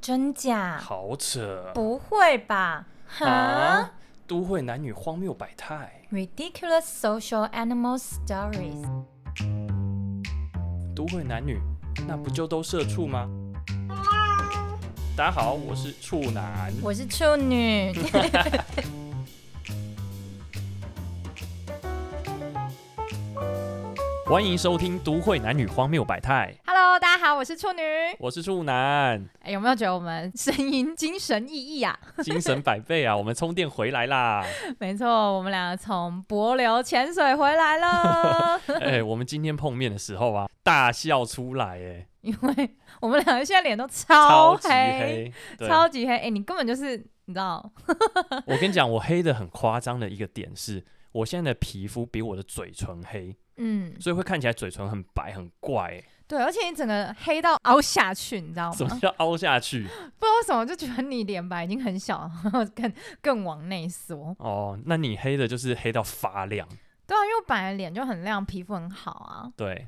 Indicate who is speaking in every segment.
Speaker 1: 真假？
Speaker 2: 好扯
Speaker 1: 不会吧？啊哈
Speaker 2: 啊！都会男女荒谬百态，
Speaker 1: ，Ridiculous social animal stories。
Speaker 2: 都会男女那不就都社畜吗？大家好，我是处男。
Speaker 1: 我是处女，
Speaker 2: 欢迎收听《都会男女荒谬百态》，
Speaker 1: Hello，大家好，我是处女。
Speaker 2: 我是处男，
Speaker 1: 哎，有没有觉得我们声音精神奕奕啊？
Speaker 2: 精神百倍啊！我们充电回来啦！
Speaker 1: 没错，我们两个从柏流潜水回来 了，
Speaker 2: 哎、我们今天碰面的时候啊，大笑出来、哎，
Speaker 1: 因为我们两个现在脸都超
Speaker 2: 超级黑。对，
Speaker 1: 超级黑。哎，你根本就是你知道，
Speaker 2: 我跟你讲，我黑的很夸张的一个点是，我现在的皮肤比我的嘴唇黑，
Speaker 1: 嗯，
Speaker 2: 所以会看起来嘴唇很白很怪、哎
Speaker 1: 对，而且你整个黑到凹下去，你知道吗？
Speaker 2: 什么叫凹下去？
Speaker 1: 不知道为什么，就觉得你脸白已经很小，然后更更往内缩。
Speaker 2: 哦，那你黑的就是黑到发亮，
Speaker 1: 对啊，因为我本来脸就很亮，皮肤很好啊，
Speaker 2: 对，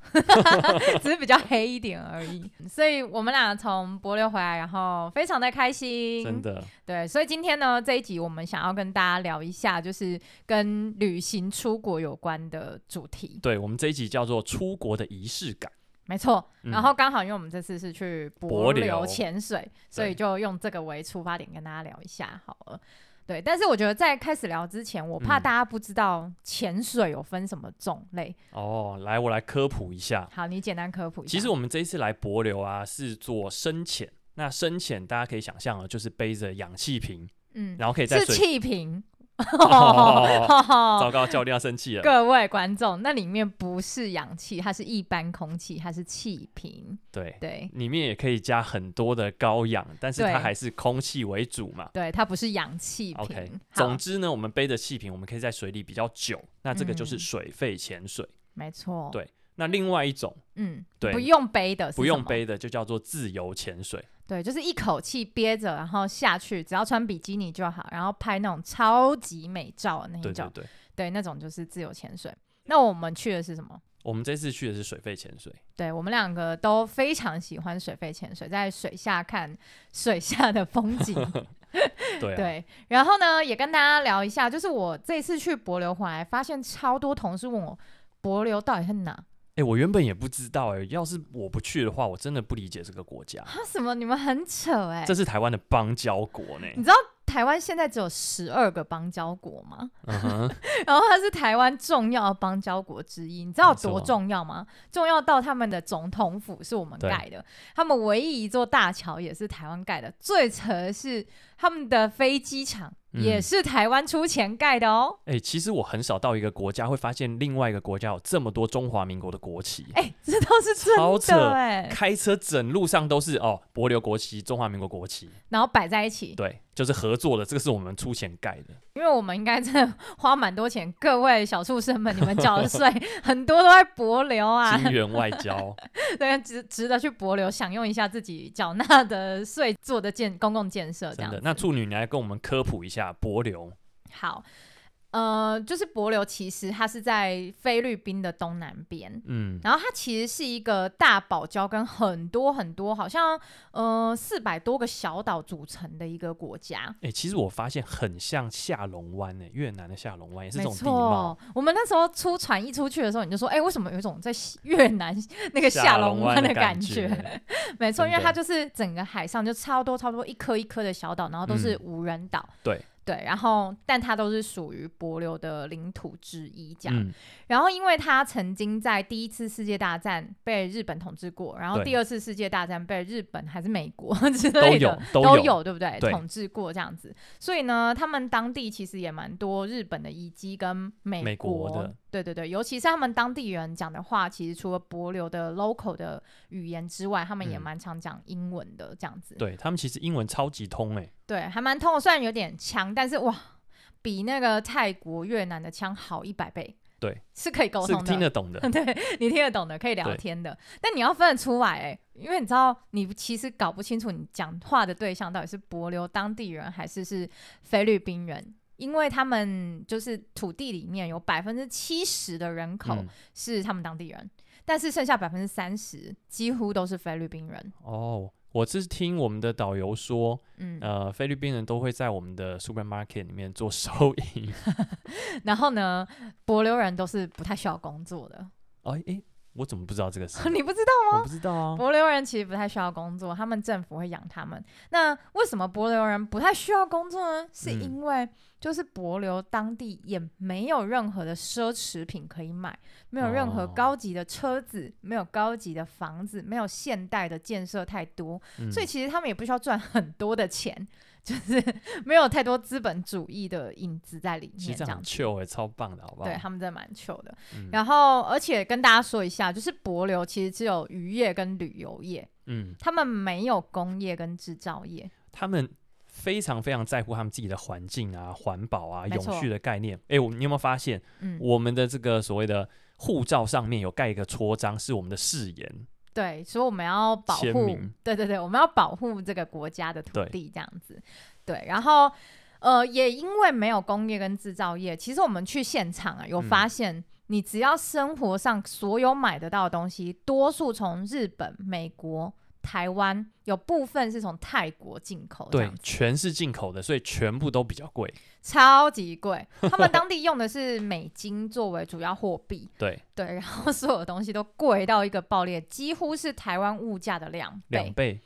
Speaker 1: 只是比较黑一点而已。所以我们俩从柏流回来，然后非常的开心。
Speaker 2: 真的，
Speaker 1: 对，所以今天呢这一集我们想要跟大家聊一下，就是跟旅行出国有关的主题。
Speaker 2: 对我们这一集叫做出国的仪式感，
Speaker 1: 没错，
Speaker 2: 嗯
Speaker 1: 然后刚好因为我们这次是去
Speaker 2: 柏
Speaker 1: 柏
Speaker 2: 流
Speaker 1: 流潜水，所以就用这个为出发点跟大家聊一下好了。对，但是我觉得在开始聊之前，我怕
Speaker 2: 嗯
Speaker 1: 大家不知道潜水有分什么种类。
Speaker 2: 哦，来，我来科普一下。
Speaker 1: 好，你简单科普一下。
Speaker 2: 其实我们这一次来博流啊，是做深潜。那深潜大家可以想象啊，就是背着氧气瓶，
Speaker 1: 嗯，
Speaker 2: 然后可以在
Speaker 1: 是 哦
Speaker 2: 水。哦
Speaker 1: 气瓶。
Speaker 2: 糟糕，教练要生 气了。
Speaker 1: 各位观众，那里面不是氧气，它是一般空气，它是气瓶。
Speaker 2: 对，
Speaker 1: 对
Speaker 2: 里面也可以加很多的高氧，但是它
Speaker 1: 对
Speaker 2: 还是空气为主嘛。
Speaker 1: 对，它不是氧气瓶。
Speaker 2: OK，
Speaker 1: 好
Speaker 2: 总之呢，我们背着气瓶，我们可以在水里比较久。那这个就是
Speaker 1: 嗯
Speaker 2: 水肺潜水。
Speaker 1: 没错。
Speaker 2: 对那另外一种
Speaker 1: 嗯，
Speaker 2: 对
Speaker 1: 不用背的，
Speaker 2: 不用。背的，就叫做自由潜水。
Speaker 1: 对，就是一口气憋着，然后下去，只要穿比基尼就好，然后拍那种超级美照的那一
Speaker 2: 对
Speaker 1: 种，
Speaker 2: 对对，
Speaker 1: 对那种就是自由潜水。那我们去的是什么？
Speaker 2: 我们这次去的是水肺潜水。
Speaker 1: 对我们两个都非常喜欢水肺潜水，在水下看水下的风景。
Speaker 2: 对啊，
Speaker 1: 对，然后呢，也跟大家聊一下，就是我这次去柏流回来，发现超多同事问我柏流到底在哪？啊
Speaker 2: 哎、我原本也不知道哎、要是我不去的话，我真的不理解这个 国家。
Speaker 1: 啊，什么？你们很扯哎、
Speaker 2: 这是台湾的邦交国呢。
Speaker 1: 你知道台湾现在只有十二个邦交国吗？
Speaker 2: 嗯哼，
Speaker 1: 然后它是台湾重要的邦交国之一，你知道有多重要吗？重要到他们的总统府是我们
Speaker 2: 对
Speaker 1: 盖的，他们唯一一座大桥也是台湾盖的。最扯的是他们的飞机场
Speaker 2: 嗯
Speaker 1: 也是台湾出钱盖的哦。
Speaker 2: 哎、其实我很少到一个国家会发现另外一个国家有这么多中华民国的国旗。
Speaker 1: 哎、这都是
Speaker 2: 超
Speaker 1: 真
Speaker 2: 扯
Speaker 1: 的哎，
Speaker 2: 开车整路上都是哦，柏流国旗、中华民国国旗，
Speaker 1: 然后摆在一起，
Speaker 2: 对，就是合作的，这个是我们出钱盖的，
Speaker 1: 因为我们应该真的 花蛮多钱，各位小畜生们，你们缴的税 很多都在柏流啊，
Speaker 2: 金元外交。
Speaker 1: 对，值值得去柏流享用一下自己缴纳的税做的建公共建 设这
Speaker 2: 真
Speaker 1: 样
Speaker 2: 的，那处女你来跟我们科普一下柏流，
Speaker 1: 好，呃，就是帛琉其实它是在菲律宾的东南边。
Speaker 2: 嗯，
Speaker 1: 然后它其实是一个大堡礁跟很多很多好像呃四百多个小岛组成的一个国家，
Speaker 2: 哎、其实我发现很像下龙湾呢，越南的下龙湾也是这
Speaker 1: 没
Speaker 2: 种地貌
Speaker 1: 错。。我们那时候出船一出去的时候，你就说，哎，为什么有一种在 西越南那个下龙湾的感觉？
Speaker 2: 觉
Speaker 1: 没错，
Speaker 2: 真
Speaker 1: 因为它
Speaker 2: 的
Speaker 1: 就是整个海上就超多超多一颗一颗的小岛，然后都是
Speaker 2: 嗯
Speaker 1: 无人岛。
Speaker 2: 对
Speaker 1: 对，然后但它都是属于帛琉的领土之一，这样。
Speaker 2: 嗯，
Speaker 1: 然后，因为他曾经在第一次世界大战被日本统治过，然后
Speaker 2: 对
Speaker 1: 第二次世界大战被日本还是美国 之
Speaker 2: 都
Speaker 1: 类
Speaker 2: 有
Speaker 1: 的
Speaker 2: 都
Speaker 1: 都
Speaker 2: 有
Speaker 1: 有，对不对？
Speaker 2: 对
Speaker 1: 统治过这样子，所以呢，他们当地其实也蛮多日本的遗迹跟美
Speaker 2: 美国
Speaker 1: 国
Speaker 2: 的
Speaker 1: 对对对，尤其是他们当地人讲的话，其实除了帛琉的 local 的语言之外，他们也
Speaker 2: 嗯
Speaker 1: 蛮常讲英文的这样子，
Speaker 2: 对他们其实英文超级通哎，
Speaker 1: 对，还蛮通的，虽然有点强，但是哇，比那个泰国、越南的腔好一百倍，
Speaker 2: 对，
Speaker 1: 是可以沟
Speaker 2: 是
Speaker 1: 通的，
Speaker 2: 听得懂的。
Speaker 1: 对你听得懂的，可以聊
Speaker 2: 对
Speaker 1: 天的，但你要分得出来、欸，因为你知道，你其实搞不清楚你讲话的对象到底是帛琉当地人还是是菲律宾人，因为他们就是土地里面有百分之七十的人口
Speaker 2: 嗯
Speaker 1: 是他们当地人，但是剩下百分之三十几乎都是菲律宾人。
Speaker 2: 哦，我是听我们的导游说，
Speaker 1: 嗯，
Speaker 2: 呃，菲律宾人都会在我们的 supermarket 里面做收银。
Speaker 1: 然后呢，柏流人都是不太需要工作的，
Speaker 2: 哦，诶、我怎么不知道这个事？
Speaker 1: 你不知道
Speaker 2: 我不知道啊。
Speaker 1: 柏流人其实不太需要工作，他们政府会养他们。那为什么柏流人不太需要工作呢？是
Speaker 2: 嗯
Speaker 1: 因为就是柏流当地也没有任何的奢侈品可以买，没有任何
Speaker 2: 哦
Speaker 1: 高级的车子，没有高级的房子，没有现代的建设太多，
Speaker 2: 嗯
Speaker 1: 所以其实他们也不需要赚很多的钱， 就是没有太多资本主义的影子在里
Speaker 2: 其实
Speaker 1: 面，这
Speaker 2: 这样
Speaker 1: 样
Speaker 2: 很
Speaker 1: 子。
Speaker 2: chill 哎、超棒的，好不好？
Speaker 1: 对他们真的蛮糗的，
Speaker 2: 嗯
Speaker 1: 然后而且跟大家说一下，就是帛流其实只有渔业跟旅游业，
Speaker 2: 嗯，
Speaker 1: 他们没有工业跟制造业，
Speaker 2: 他们非常非常在乎他们自己的环境啊、环保啊、
Speaker 1: 没错
Speaker 2: 永续的概念。诶、我你有没有发现，
Speaker 1: 嗯，
Speaker 2: 我们的这个所谓的护照上面有盖一个戳章，是我们的誓言。
Speaker 1: 对，所以我们要保
Speaker 2: 签
Speaker 1: 护
Speaker 2: 名，
Speaker 1: 对对对，我们要保护这个国家的土
Speaker 2: 对
Speaker 1: 地，这样子，对，然后呃，也因为没有工业跟制造业，其实我们去现场啊，有
Speaker 2: 嗯
Speaker 1: 发现。你只要生活上所有买得到的东西，多数从日本、美国、台湾，有部分是从泰国进口，这
Speaker 2: 对
Speaker 1: 样，
Speaker 2: 全是进口的，所以全部都比较贵。
Speaker 1: 超级贵。他们当地用的是美金作为主要货币，
Speaker 2: 对，
Speaker 1: 对，然后 所有东西都贵到一个爆裂，几乎是台湾物价的两
Speaker 2: 两
Speaker 1: 倍。
Speaker 2: 倍。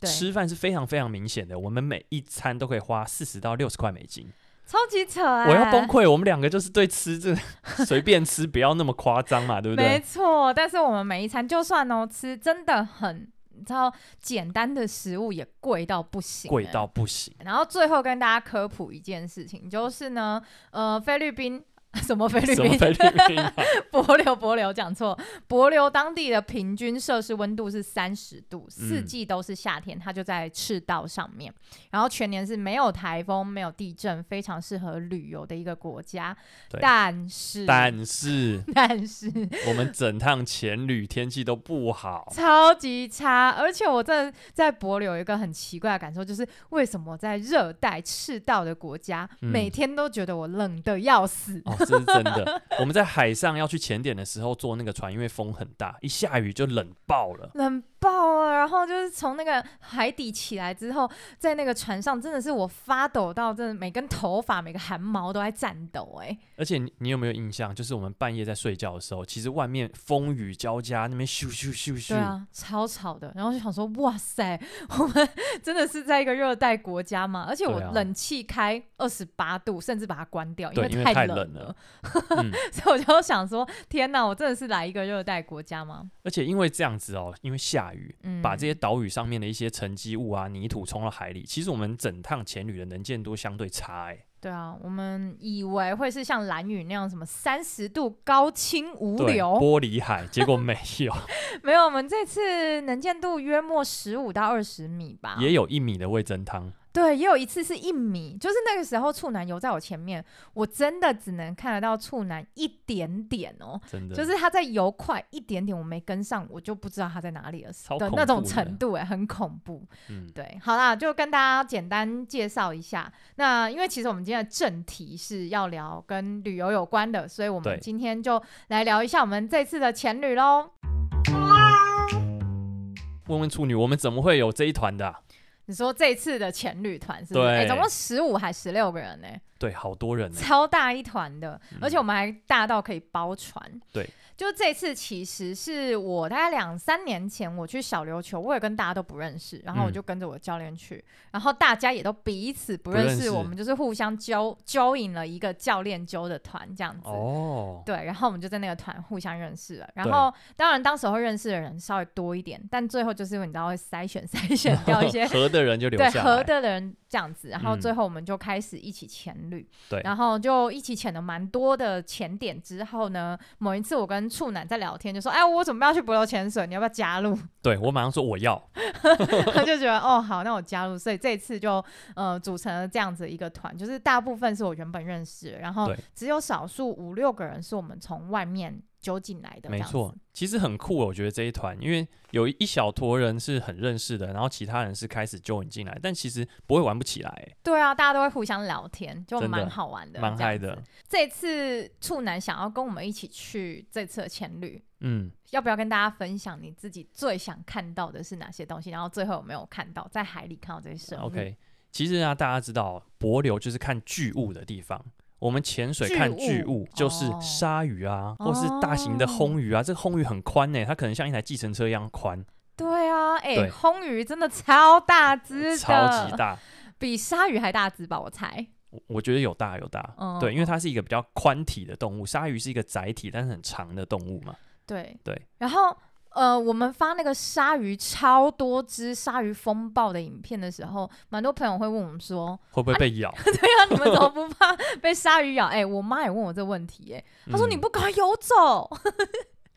Speaker 1: 对，
Speaker 2: 吃饭是非常非常明显的，我们每一餐都可以花四十到六十块美金，
Speaker 1: 超级扯、欸！
Speaker 2: 我要崩。溃。我们两个就是对吃这 随便吃，不要那么夸张嘛，对不
Speaker 1: 没
Speaker 2: 对？
Speaker 1: 错，但是我们每一餐就算哦吃，真的很，你知道简单的食物也贵到不行、欸
Speaker 2: 贵到。不行，
Speaker 1: 然后最后跟大家科普一件事情，就是呢，呃，菲律宾 什么菲律
Speaker 2: 什么
Speaker 1: 宾，
Speaker 2: 菲律 宾啊？
Speaker 1: 帛流帛流讲错，帛流当地的平均摄氏温度是三十度，四
Speaker 2: 嗯
Speaker 1: 季都是夏天，它就在赤道上面，然后全年是没有台风、没有地震，非常适合旅游的一个国家
Speaker 2: 对。
Speaker 1: 但是，
Speaker 2: 但是
Speaker 1: 但 是
Speaker 2: 我们整趟前旅天气都不好，
Speaker 1: 超级差，而且我真的在帛流有一个很奇怪的感受，就是为什么在热带赤道的国家，
Speaker 2: 嗯
Speaker 1: 每天都觉得我冷的要死。
Speaker 2: 哦，这是真的。我们在海上要去潜点的时候坐那个船，因为风很大，一下雨就冷爆了。
Speaker 1: 冷爆啊！然后就是从那个海底起来之后，在那个船上，真的是我发抖到，真的每根头发、每个汗毛都在颤抖、欸。
Speaker 2: 而且你你有没有印象，就是我们半夜在睡觉的时候，其实外面风雨交加，那边咻咻咻咻，
Speaker 1: 对啊，超吵的。然后就想说，哇塞， 我们真的是在一个热带国家嘛？而且我
Speaker 2: 对啊
Speaker 1: 冷气开二十八度，甚至把它关掉，因
Speaker 2: 对因为太
Speaker 1: 太
Speaker 2: 冷
Speaker 1: 了。
Speaker 2: 嗯
Speaker 1: 所以我就想说，天哪，我真的是来一个热带国家吗？
Speaker 2: 而且因为这样子哦，因为下雨，
Speaker 1: 嗯，
Speaker 2: 把这些岛屿上面的一些沉积物啊、泥土冲到海里，其实我们整趟潜旅的能见度相对差哎、
Speaker 1: 对啊，我们以为会是像蓝雨那样什么三十度高清无
Speaker 2: 对，
Speaker 1: 流，
Speaker 2: 玻璃海，结果没 有，
Speaker 1: 没有，我们这次能见度约莫十五到二十米吧。
Speaker 2: 也有一米的味增汤，
Speaker 1: 对，也有一次是一米，就是那个时候处男游在我前面，我真的只能看得到处男一点点哦，
Speaker 2: 真的
Speaker 1: 就是他在游快一点点，我没跟上，我就不知道他在哪里了
Speaker 2: 超
Speaker 1: 的
Speaker 2: 恐
Speaker 1: 那种
Speaker 2: 怖的
Speaker 1: 程度、哎，很恐怖。
Speaker 2: 嗯，
Speaker 1: 对，好啦，就跟大家简单介绍一下。那因为其实我们今天的正题是要聊跟旅游有关的，所以我
Speaker 2: 对
Speaker 1: 们今天就来聊一下我们这次的前旅喽。
Speaker 2: 问问处女，我们怎么会有这一团的啊、
Speaker 1: 你说这次的前旅团是不是？
Speaker 2: 对嗯
Speaker 1: 哎总共十五还十六个人呢、
Speaker 2: 对，好多人呢、
Speaker 1: 超大一团的，而且我们还大到可以包船。
Speaker 2: 嗯对，
Speaker 1: 就这次其实是我大概两三年前我去小琉球，我也跟大家都不认识，然后我
Speaker 2: 嗯
Speaker 1: 就跟着我教练去，然后大家也都彼此不
Speaker 2: 不认
Speaker 1: 认识，
Speaker 2: 识
Speaker 1: 我们就是互相揪揪引了一个教练揪的团这样子。
Speaker 2: 哦，
Speaker 1: 对，然后我们就在那个团互相认识了。然后当然当时候认识的人稍微多一点，但最后就是你知道会筛选 筛选掉一些
Speaker 2: 合的人就留
Speaker 1: 对
Speaker 2: 下
Speaker 1: 合
Speaker 2: 来，
Speaker 1: 的人这样子，然后
Speaker 2: 嗯
Speaker 1: 最后我们就开始一起潜旅，
Speaker 2: 对
Speaker 1: 然后就一起潜了蛮多的潜点之后呢，某一次我跟处男在聊天，就说：“哎，我准备要去博流潜水，你要不要加入
Speaker 2: 对我马上说我要，？”
Speaker 1: 他就觉得哦好，那我加入，所以这一次就呃组成了这样子一个团，就是大部分是我原本认识的，然后
Speaker 2: 对
Speaker 1: 只有少数五六个人是我们从外面。揪进来的。
Speaker 2: 没错，，其实很酷哦，我觉得这一团，因为有一小坨人是很认识的，然后其他人是开始 join 进来，但其实不会玩不起来欸，
Speaker 1: 对啊，大家都会互相聊天，就
Speaker 2: 真的
Speaker 1: 蛮好玩的，
Speaker 2: 蛮
Speaker 1: 呃这样
Speaker 2: 嗨的
Speaker 1: 子。。这次处男想要跟我们一起去这次的前旅，
Speaker 2: 嗯，
Speaker 1: 要不要跟大家分享你自己最想看到的是哪些东西？然后最后有没有看到在海里看到这些生物
Speaker 2: OK，其实啊，大家知道帛流就是看巨物的地方。我们潜水看
Speaker 1: 巨
Speaker 2: 巨
Speaker 1: 物
Speaker 2: 物就是
Speaker 1: 哦
Speaker 2: 鲨鱼啊，或是大型的
Speaker 1: 哦
Speaker 2: 红鱼啊。这个红鱼很宽呢、它可能像一台计程车一样宽，
Speaker 1: 对啊，哎、
Speaker 2: 对
Speaker 1: 红鱼真的超大只的，
Speaker 2: 超级，大。
Speaker 1: 比鲨鱼还大只吧？我猜。
Speaker 2: 我我觉得有大有大，
Speaker 1: 嗯
Speaker 2: 对，因为它是一个比较宽体的动物，鲨鱼是一个窄体但是很长的动物嘛。
Speaker 1: 对
Speaker 2: 对。
Speaker 1: 然后呃，我们发那个鲨鱼超多只鲨鱼风暴的影片的时候，蛮多朋友会问我们说
Speaker 2: 会不会被咬？：“
Speaker 1: 对啊，你们怎么不 怕被鲨鱼咬？”哎、我妈也问我这个问题、哎，她说：“
Speaker 2: 嗯
Speaker 1: 你不敢游走。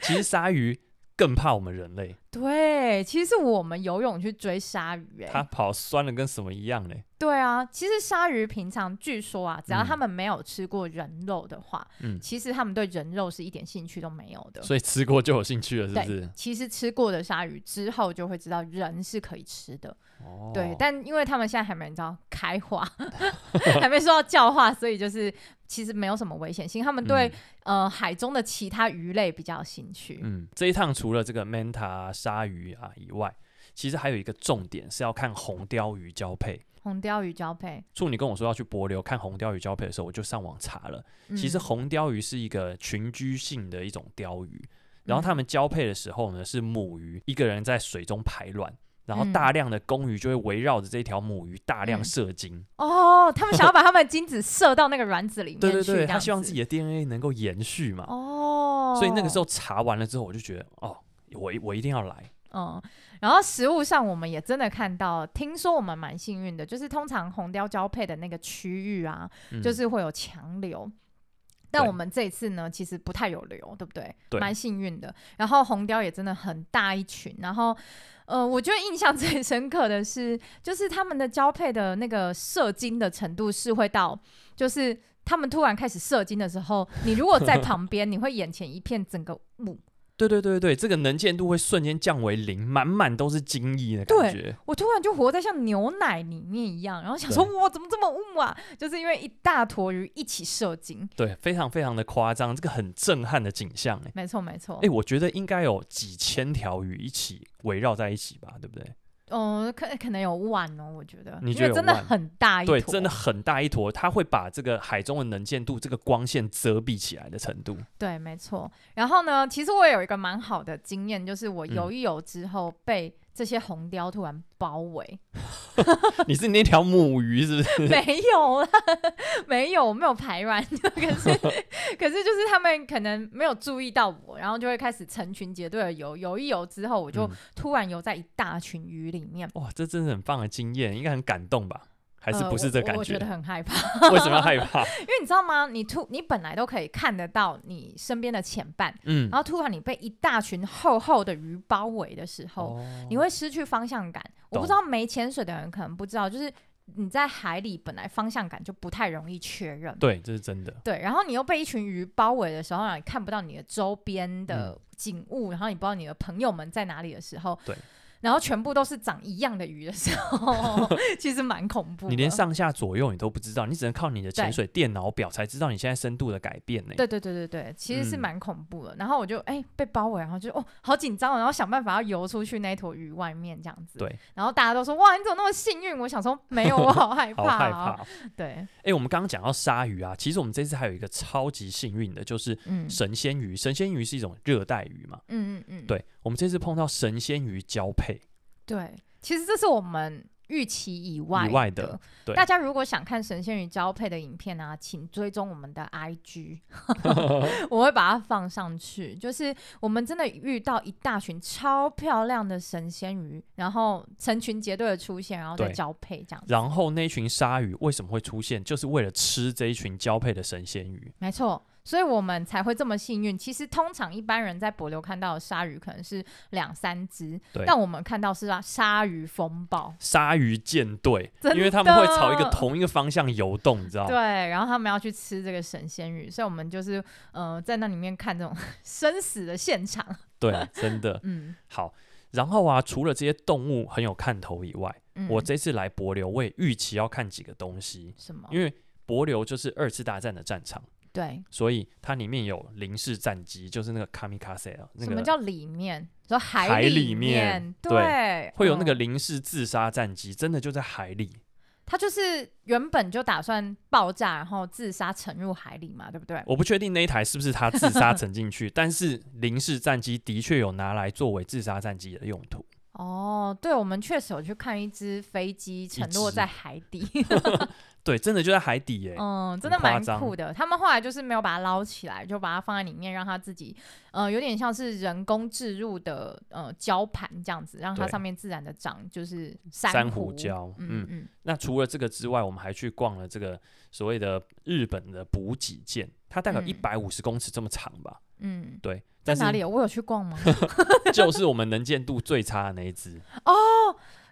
Speaker 2: 其实鲨鱼更怕我们人类，
Speaker 1: 对，其实是我们游泳去追鲨鱼、
Speaker 2: 它
Speaker 1: 哎，
Speaker 2: 跑酸的跟什么一 样嘞。
Speaker 1: 对啊，其实鲨鱼平常据说啊，只要
Speaker 2: 嗯
Speaker 1: 他们没有吃过人肉的话，
Speaker 2: 嗯，
Speaker 1: 其实他们对人肉是一点兴趣都没有的。
Speaker 2: 所以吃过就有兴趣了，是不
Speaker 1: 对
Speaker 2: 是，？
Speaker 1: 其实吃过的鲨鱼之后就会知道人是可以吃的，
Speaker 2: 哦
Speaker 1: 对。但因为他们现在还没你知道开化， 还没说到教化，所以就是其实没有什么危险性。
Speaker 2: 嗯
Speaker 1: 他们对、呃海中的其他鱼类比较有兴趣。
Speaker 2: 嗯，这一趟除了这个 manta 啊鲨鱼啊以外，其实还有一个重点是要看红鲷鱼交配。
Speaker 1: 红鲷鱼交配，
Speaker 2: 处女跟我说要去帛流看红鲷鱼交配的时候，我就上网查了。
Speaker 1: 嗯、
Speaker 2: 其实红鲷鱼是一个群居性的一种鲷鱼，然
Speaker 1: 嗯
Speaker 2: 后它们交配的时候呢，是母鱼一个人在水中排卵，然后
Speaker 1: 嗯
Speaker 2: 大量的公鱼就会围绕着这条母鱼大量
Speaker 1: 嗯
Speaker 2: 射精。
Speaker 1: 哦，他们想要把他们的精子射到那个卵子里面去，
Speaker 2: 对对对，
Speaker 1: 这
Speaker 2: 它
Speaker 1: 样
Speaker 2: 希望
Speaker 1: 子
Speaker 2: 自己的 DNA 能够延续嘛。
Speaker 1: 哦，
Speaker 2: 所以那个时候查完了之后，我就觉得哦，我一我一定要来。
Speaker 1: 嗯，然后食物上我们也真的看到，听说我们蛮幸运的，就是通常红雕交配的那个区域啊，
Speaker 2: 嗯
Speaker 1: 就是会有强流。但
Speaker 2: 对
Speaker 1: 我们这一次呢，其实不太有流，对不对？
Speaker 2: 对
Speaker 1: 蛮幸运的。然后红雕也真的很大一群，然后，呃，我觉得印象 最深刻的是，就是他们的交配的那个射精的程度是会到，就是他们突然开始射精的时候，你如果在旁边，你会眼前一片整个雾，
Speaker 2: 对对对对，这个能见度会瞬间降为零，满满都是精液的
Speaker 1: 对
Speaker 2: 感觉。
Speaker 1: 我突然就活在像牛奶里面一样，然后想说
Speaker 2: 对
Speaker 1: 哇，怎么这么雾啊？就是因为一大坨鱼一起射精。
Speaker 2: 对非常非常的夸张，这个很震撼的景象哎、
Speaker 1: 没错，没错
Speaker 2: 哎、。我觉得应该有几千条鱼一起围绕在一起吧，对不对？
Speaker 1: 嗯、可可能有万哦，我觉得，
Speaker 2: 你
Speaker 1: 因
Speaker 2: 觉
Speaker 1: 为
Speaker 2: 得有
Speaker 1: 真的
Speaker 2: 万
Speaker 1: 很大一坨，
Speaker 2: 对，真的很大一坨，它会把这个海中的能见度、这个光线遮蔽起来的程 度。
Speaker 1: 对，没错。然后呢，其实我也有一个蛮好的经验，就是我
Speaker 2: 嗯
Speaker 1: 游一游之后被这些红雕突然包 围，
Speaker 2: 你是那条母鱼是不是？
Speaker 1: 没有啦， 没有，我没有排卵， 可是 可是就是他们可能没有注意到我，然后就会开始成群结队的游，游一游之后，我就
Speaker 2: 嗯
Speaker 1: 突然游在一大群鱼里面。
Speaker 2: 哇，这真的很棒的经验，应该很感动吧？还是
Speaker 1: 呃
Speaker 2: 不是这
Speaker 1: 我
Speaker 2: 感
Speaker 1: 我？我
Speaker 2: 觉？
Speaker 1: 觉得很害怕，
Speaker 2: 为什么要害怕？
Speaker 1: 因为你知道吗？你突你本来都可以看得到你身边的前半，
Speaker 2: 嗯
Speaker 1: 然，后突然你被一大群厚厚的鱼包围的时候，
Speaker 2: 哦
Speaker 1: 你会失去方向感。我不知道没潜水的人可能不知道，就是你在海里本来方向感就不太容易确认。
Speaker 2: 对，这是真的。
Speaker 1: 对，然后你又被一群鱼包围的时候，让你看不到你的周边的景物，然后你不知道你的朋友们在哪里的时候，
Speaker 2: 嗯对，
Speaker 1: 然后全部都是长一样的鱼的时 候，其实蛮恐怖的。
Speaker 2: 你连上下左右你都不知道，你只能靠你的
Speaker 1: 对
Speaker 2: 潜水电脑表才知道你现在深度的改变呢、
Speaker 1: 对对对对对，其实是
Speaker 2: 嗯
Speaker 1: 蛮恐怖的。然后我就哎、被包围，然后就哦好紧张哦，然后想办法要游出去那一坨鱼外面这样子。
Speaker 2: 对。
Speaker 1: 然后大家都说哇你怎么那么幸运？我想说没有，我好害怕、
Speaker 2: 好
Speaker 1: 哦，
Speaker 2: 害怕哦。
Speaker 1: 对，
Speaker 2: 哎、我们刚刚讲到鲨鱼啊，其实我们这次还有一个超级幸运的，就是
Speaker 1: 嗯
Speaker 2: 神仙鱼。神仙鱼是一种热带鱼嘛？
Speaker 1: 嗯嗯嗯，
Speaker 2: 对，我们这次碰到神仙鱼交配，
Speaker 1: 对其实这是我们预期以外
Speaker 2: 以外
Speaker 1: 的
Speaker 2: 的。对
Speaker 1: 大家如果想看神仙鱼交配的影片啊，请追踪我们的 IG，我会把它放上去。就是我们真的遇到一大群超漂亮的神仙鱼，然后成群结队的出现，然后再
Speaker 2: 对
Speaker 1: 交配这样子。
Speaker 2: 然后那群鲨鱼为什么会出现？就是为了吃这一群交配的神仙鱼。
Speaker 1: 没错，所以我们才会这么幸运。其实通常一般人在帛流看到的鲨鱼可能是两三只
Speaker 2: 对，
Speaker 1: 但我们看到是啊鲨鱼风暴，
Speaker 2: 鲨鱼舰队，
Speaker 1: 真的
Speaker 2: 因为他们会朝一个同一个方向游动，你知道吗？
Speaker 1: 对，然后他们要去吃这个神仙鱼，所以我们就是呃在那里面看这种 生死的现场，
Speaker 2: 对，真的
Speaker 1: 嗯
Speaker 2: 好。然后啊，除了这些动物很有看头以外，
Speaker 1: 嗯，
Speaker 2: 我这次来帛流，我也预期要看几个东西，
Speaker 1: 什么？
Speaker 2: 因为帛流就是二次大战的战场，
Speaker 1: 对，
Speaker 2: 所以它里面有零式战机，就是那个 kamikaze 啊，那
Speaker 1: 什么
Speaker 2: 个
Speaker 1: 叫里面？说海
Speaker 2: 海里
Speaker 1: 里
Speaker 2: 面对
Speaker 1: 对，
Speaker 2: 会有那个
Speaker 1: 嗯
Speaker 2: 零式自杀战机，真的就在海里。
Speaker 1: 他就是原本就打算爆炸，然后自杀沉入海里嘛，对不对？
Speaker 2: 我不确定那一台是不是他自杀沉进去， 但是零式战机的确有拿来作为自杀战机的用途。
Speaker 1: 哦，对，我们确实有去看一只飞机沉落
Speaker 2: 只
Speaker 1: 在海底，
Speaker 2: 对，真的就在海底耶、
Speaker 1: 嗯，真
Speaker 2: 很
Speaker 1: 的
Speaker 2: 夸
Speaker 1: 蛮
Speaker 2: 张
Speaker 1: 酷的。他们后来就是没有把它捞起来，就把它放在里面，让它自己，呃，有点像是人工置入的呃胶盘这样子，让它
Speaker 2: 对
Speaker 1: 上面自然的长就是
Speaker 2: 珊
Speaker 1: 瑚
Speaker 2: 瑚礁
Speaker 1: 嗯
Speaker 2: 嗯
Speaker 1: 嗯，
Speaker 2: 那除了这个之外，我们还去逛了这个所谓的日本的补给舰，它大概
Speaker 1: 嗯
Speaker 2: 一百五十公尺这么长吧？
Speaker 1: 嗯，
Speaker 2: 对，
Speaker 1: 在
Speaker 2: 但
Speaker 1: 哪里
Speaker 2: 是
Speaker 1: 有？我有去逛吗？
Speaker 2: 就是我们能见度最差的那一只。
Speaker 1: 哦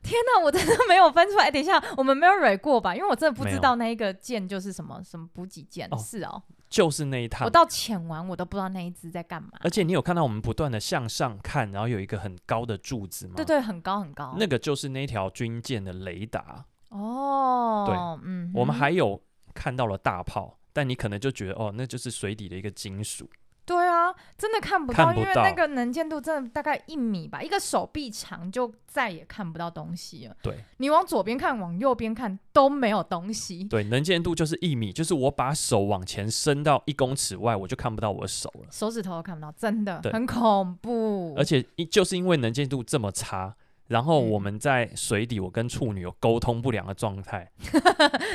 Speaker 1: 天哪，我真的没有分出来。哎等一下，我们没有蕊过吧？因为我真的不
Speaker 2: 没
Speaker 1: 知
Speaker 2: 有
Speaker 1: 道那一个舰就是什么什么补给舰、
Speaker 2: 哦
Speaker 1: 是哦。
Speaker 2: 就是那一
Speaker 1: 我
Speaker 2: 趟。
Speaker 1: 到潜完我都不知道那一只在干嘛。
Speaker 2: 而且你有看到我们不断的向上看，然后有一个很高的柱子吗？
Speaker 1: 对，对，很高很高。
Speaker 2: 那个就是那条军舰的雷达。
Speaker 1: 哦，对，嗯哼，
Speaker 2: 我们还有看到了大炮，但你可能就觉得哦，那就是水底的一个金属。
Speaker 1: 对啊，真的看不
Speaker 2: 看
Speaker 1: 到，
Speaker 2: 不
Speaker 1: 因为
Speaker 2: 到
Speaker 1: 那个能见度真的大概一米吧，一个手臂长就再也看不到东西了。
Speaker 2: 对
Speaker 1: 你往左边看，往右边看都没有东西。
Speaker 2: 对，能见度就是一米，就是我把手往前伸到一公尺外，我就看不到我的手了。
Speaker 1: 手指头都看不到，真的
Speaker 2: 对
Speaker 1: 很恐怖。
Speaker 2: 而且一就是因为能见度这么差，然后
Speaker 1: 嗯
Speaker 2: 我们在水底，我跟处女有沟通不良的状态。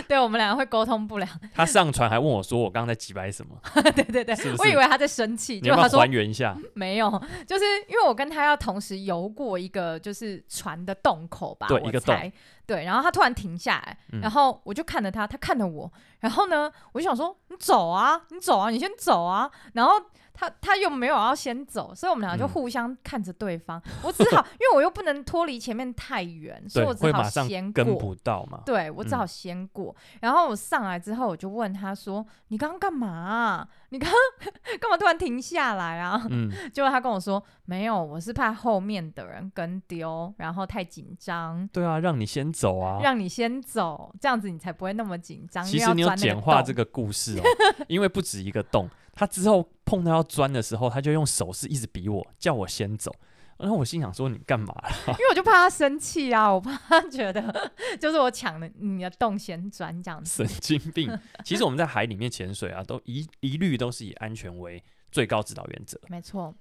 Speaker 1: 对我们两个会沟通不良。
Speaker 2: 她上船还问我说：“我刚才在几百什么
Speaker 1: 对对对，
Speaker 2: 是不是
Speaker 1: 我以为他在生气，？”
Speaker 2: 你
Speaker 1: 结
Speaker 2: 要
Speaker 1: 果他
Speaker 2: 不要
Speaker 1: 说
Speaker 2: 还原 一下？
Speaker 1: 没有，就是因为我跟他要同时游过一个就是船的洞口吧，
Speaker 2: 对
Speaker 1: 我
Speaker 2: 一个
Speaker 1: 猜对，然后他突然停下来，
Speaker 2: 嗯
Speaker 1: 然后我就看着他，他看着我，然后呢，我就想说你走啊，你走啊，你先走啊，然后他他又没有要先走，所以我们俩就
Speaker 2: 嗯
Speaker 1: 互相看着对方，我只 好因为我又不能脱离前面太远，所
Speaker 2: 对
Speaker 1: 以我，只
Speaker 2: 会
Speaker 1: 好
Speaker 2: 马上
Speaker 1: 先
Speaker 2: 跟
Speaker 1: 过。
Speaker 2: 不到 嘛。
Speaker 1: 对，我只好
Speaker 2: 嗯
Speaker 1: 先过。然后我上来之后，我就问他说：“你刚刚干嘛啊？你刚刚 干嘛突然停下来啊？”
Speaker 2: 嗯，
Speaker 1: 结果他跟我说没有，我是怕后面的人跟丢，然后太紧张，
Speaker 2: 对啊，让你先走啊。
Speaker 1: 让你先走，这样子你才不会那么紧张。
Speaker 2: 其
Speaker 1: 因为
Speaker 2: 实
Speaker 1: 要
Speaker 2: 你有
Speaker 1: 钻那
Speaker 2: 简化
Speaker 1: 洞
Speaker 2: 这个故事哦，因为不止一个洞，他之后碰到要钻的时候，他就用手势一直比我，叫我先走。然后我心想说你干嘛啊啦？
Speaker 1: 因为我就怕他生气啊，我怕他觉得就是我抢了你的洞先钻这样子。
Speaker 2: 神经病！其实我们在海里面潜水啊，都一一律都是以安全为最高指导原则。
Speaker 1: 没错，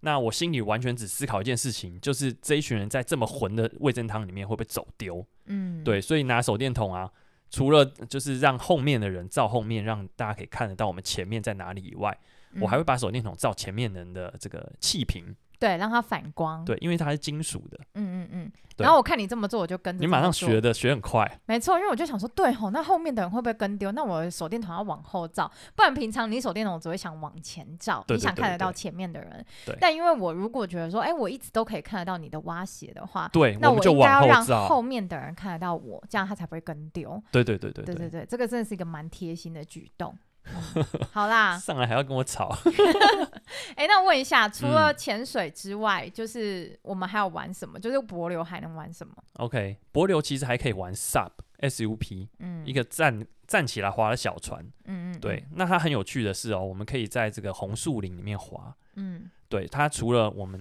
Speaker 2: 那我心里完全只思考一件事情，就是这一群人在这么浑的味噌汤里面会不会走丢？
Speaker 1: 嗯，
Speaker 2: 对，所以拿手电筒啊，除了就是让后面的人照后面，让大家可以看得到我们前面在哪里以外，
Speaker 1: 嗯，
Speaker 2: 我还会把手电筒照前面人的这个气瓶，
Speaker 1: 对让他反光。，
Speaker 2: 对，因为它是金属的，
Speaker 1: 嗯嗯嗯。
Speaker 2: 对
Speaker 1: 然后我看你这么做，我就跟着
Speaker 2: 你
Speaker 1: 这
Speaker 2: 马
Speaker 1: 么
Speaker 2: 上
Speaker 1: 做啊
Speaker 2: 学的学很快，
Speaker 1: 没错，因为我就想说，对吼，那后面的人会不会跟丢？那我的手电筒要往后照，不然平常你手电筒只会想往前照，
Speaker 2: 对
Speaker 1: 你想
Speaker 2: 对对
Speaker 1: 看得到
Speaker 2: 对
Speaker 1: 前面的人
Speaker 2: 对。
Speaker 1: 但因为我如果觉得说，哎、我一直都可以看得到你的蛙鞋的话，
Speaker 2: 对，
Speaker 1: 那
Speaker 2: 们
Speaker 1: 我
Speaker 2: 就
Speaker 1: 应该
Speaker 2: 往
Speaker 1: 要让后
Speaker 2: 照，
Speaker 1: 面的人看得到我，这样他才不会跟丢。
Speaker 2: 对对对对
Speaker 1: 对对
Speaker 2: 对，
Speaker 1: 对，这个真的是一个蛮贴心的举动。 嗯好啦，
Speaker 2: 上来还要跟我吵，
Speaker 1: 哎、那问一下，除
Speaker 2: 嗯
Speaker 1: 了潜水之外，就是我们还有玩什么？就是柏流还能玩什么？
Speaker 2: OK，柏流其实还可以玩 SUP SUP，
Speaker 1: 嗯，
Speaker 2: 一个站站起来划的小船。
Speaker 1: 嗯嗯，
Speaker 2: 对，那它很有趣的是哦，我们可以在这个红树林里面划。
Speaker 1: 嗯，
Speaker 2: 对，它除了我们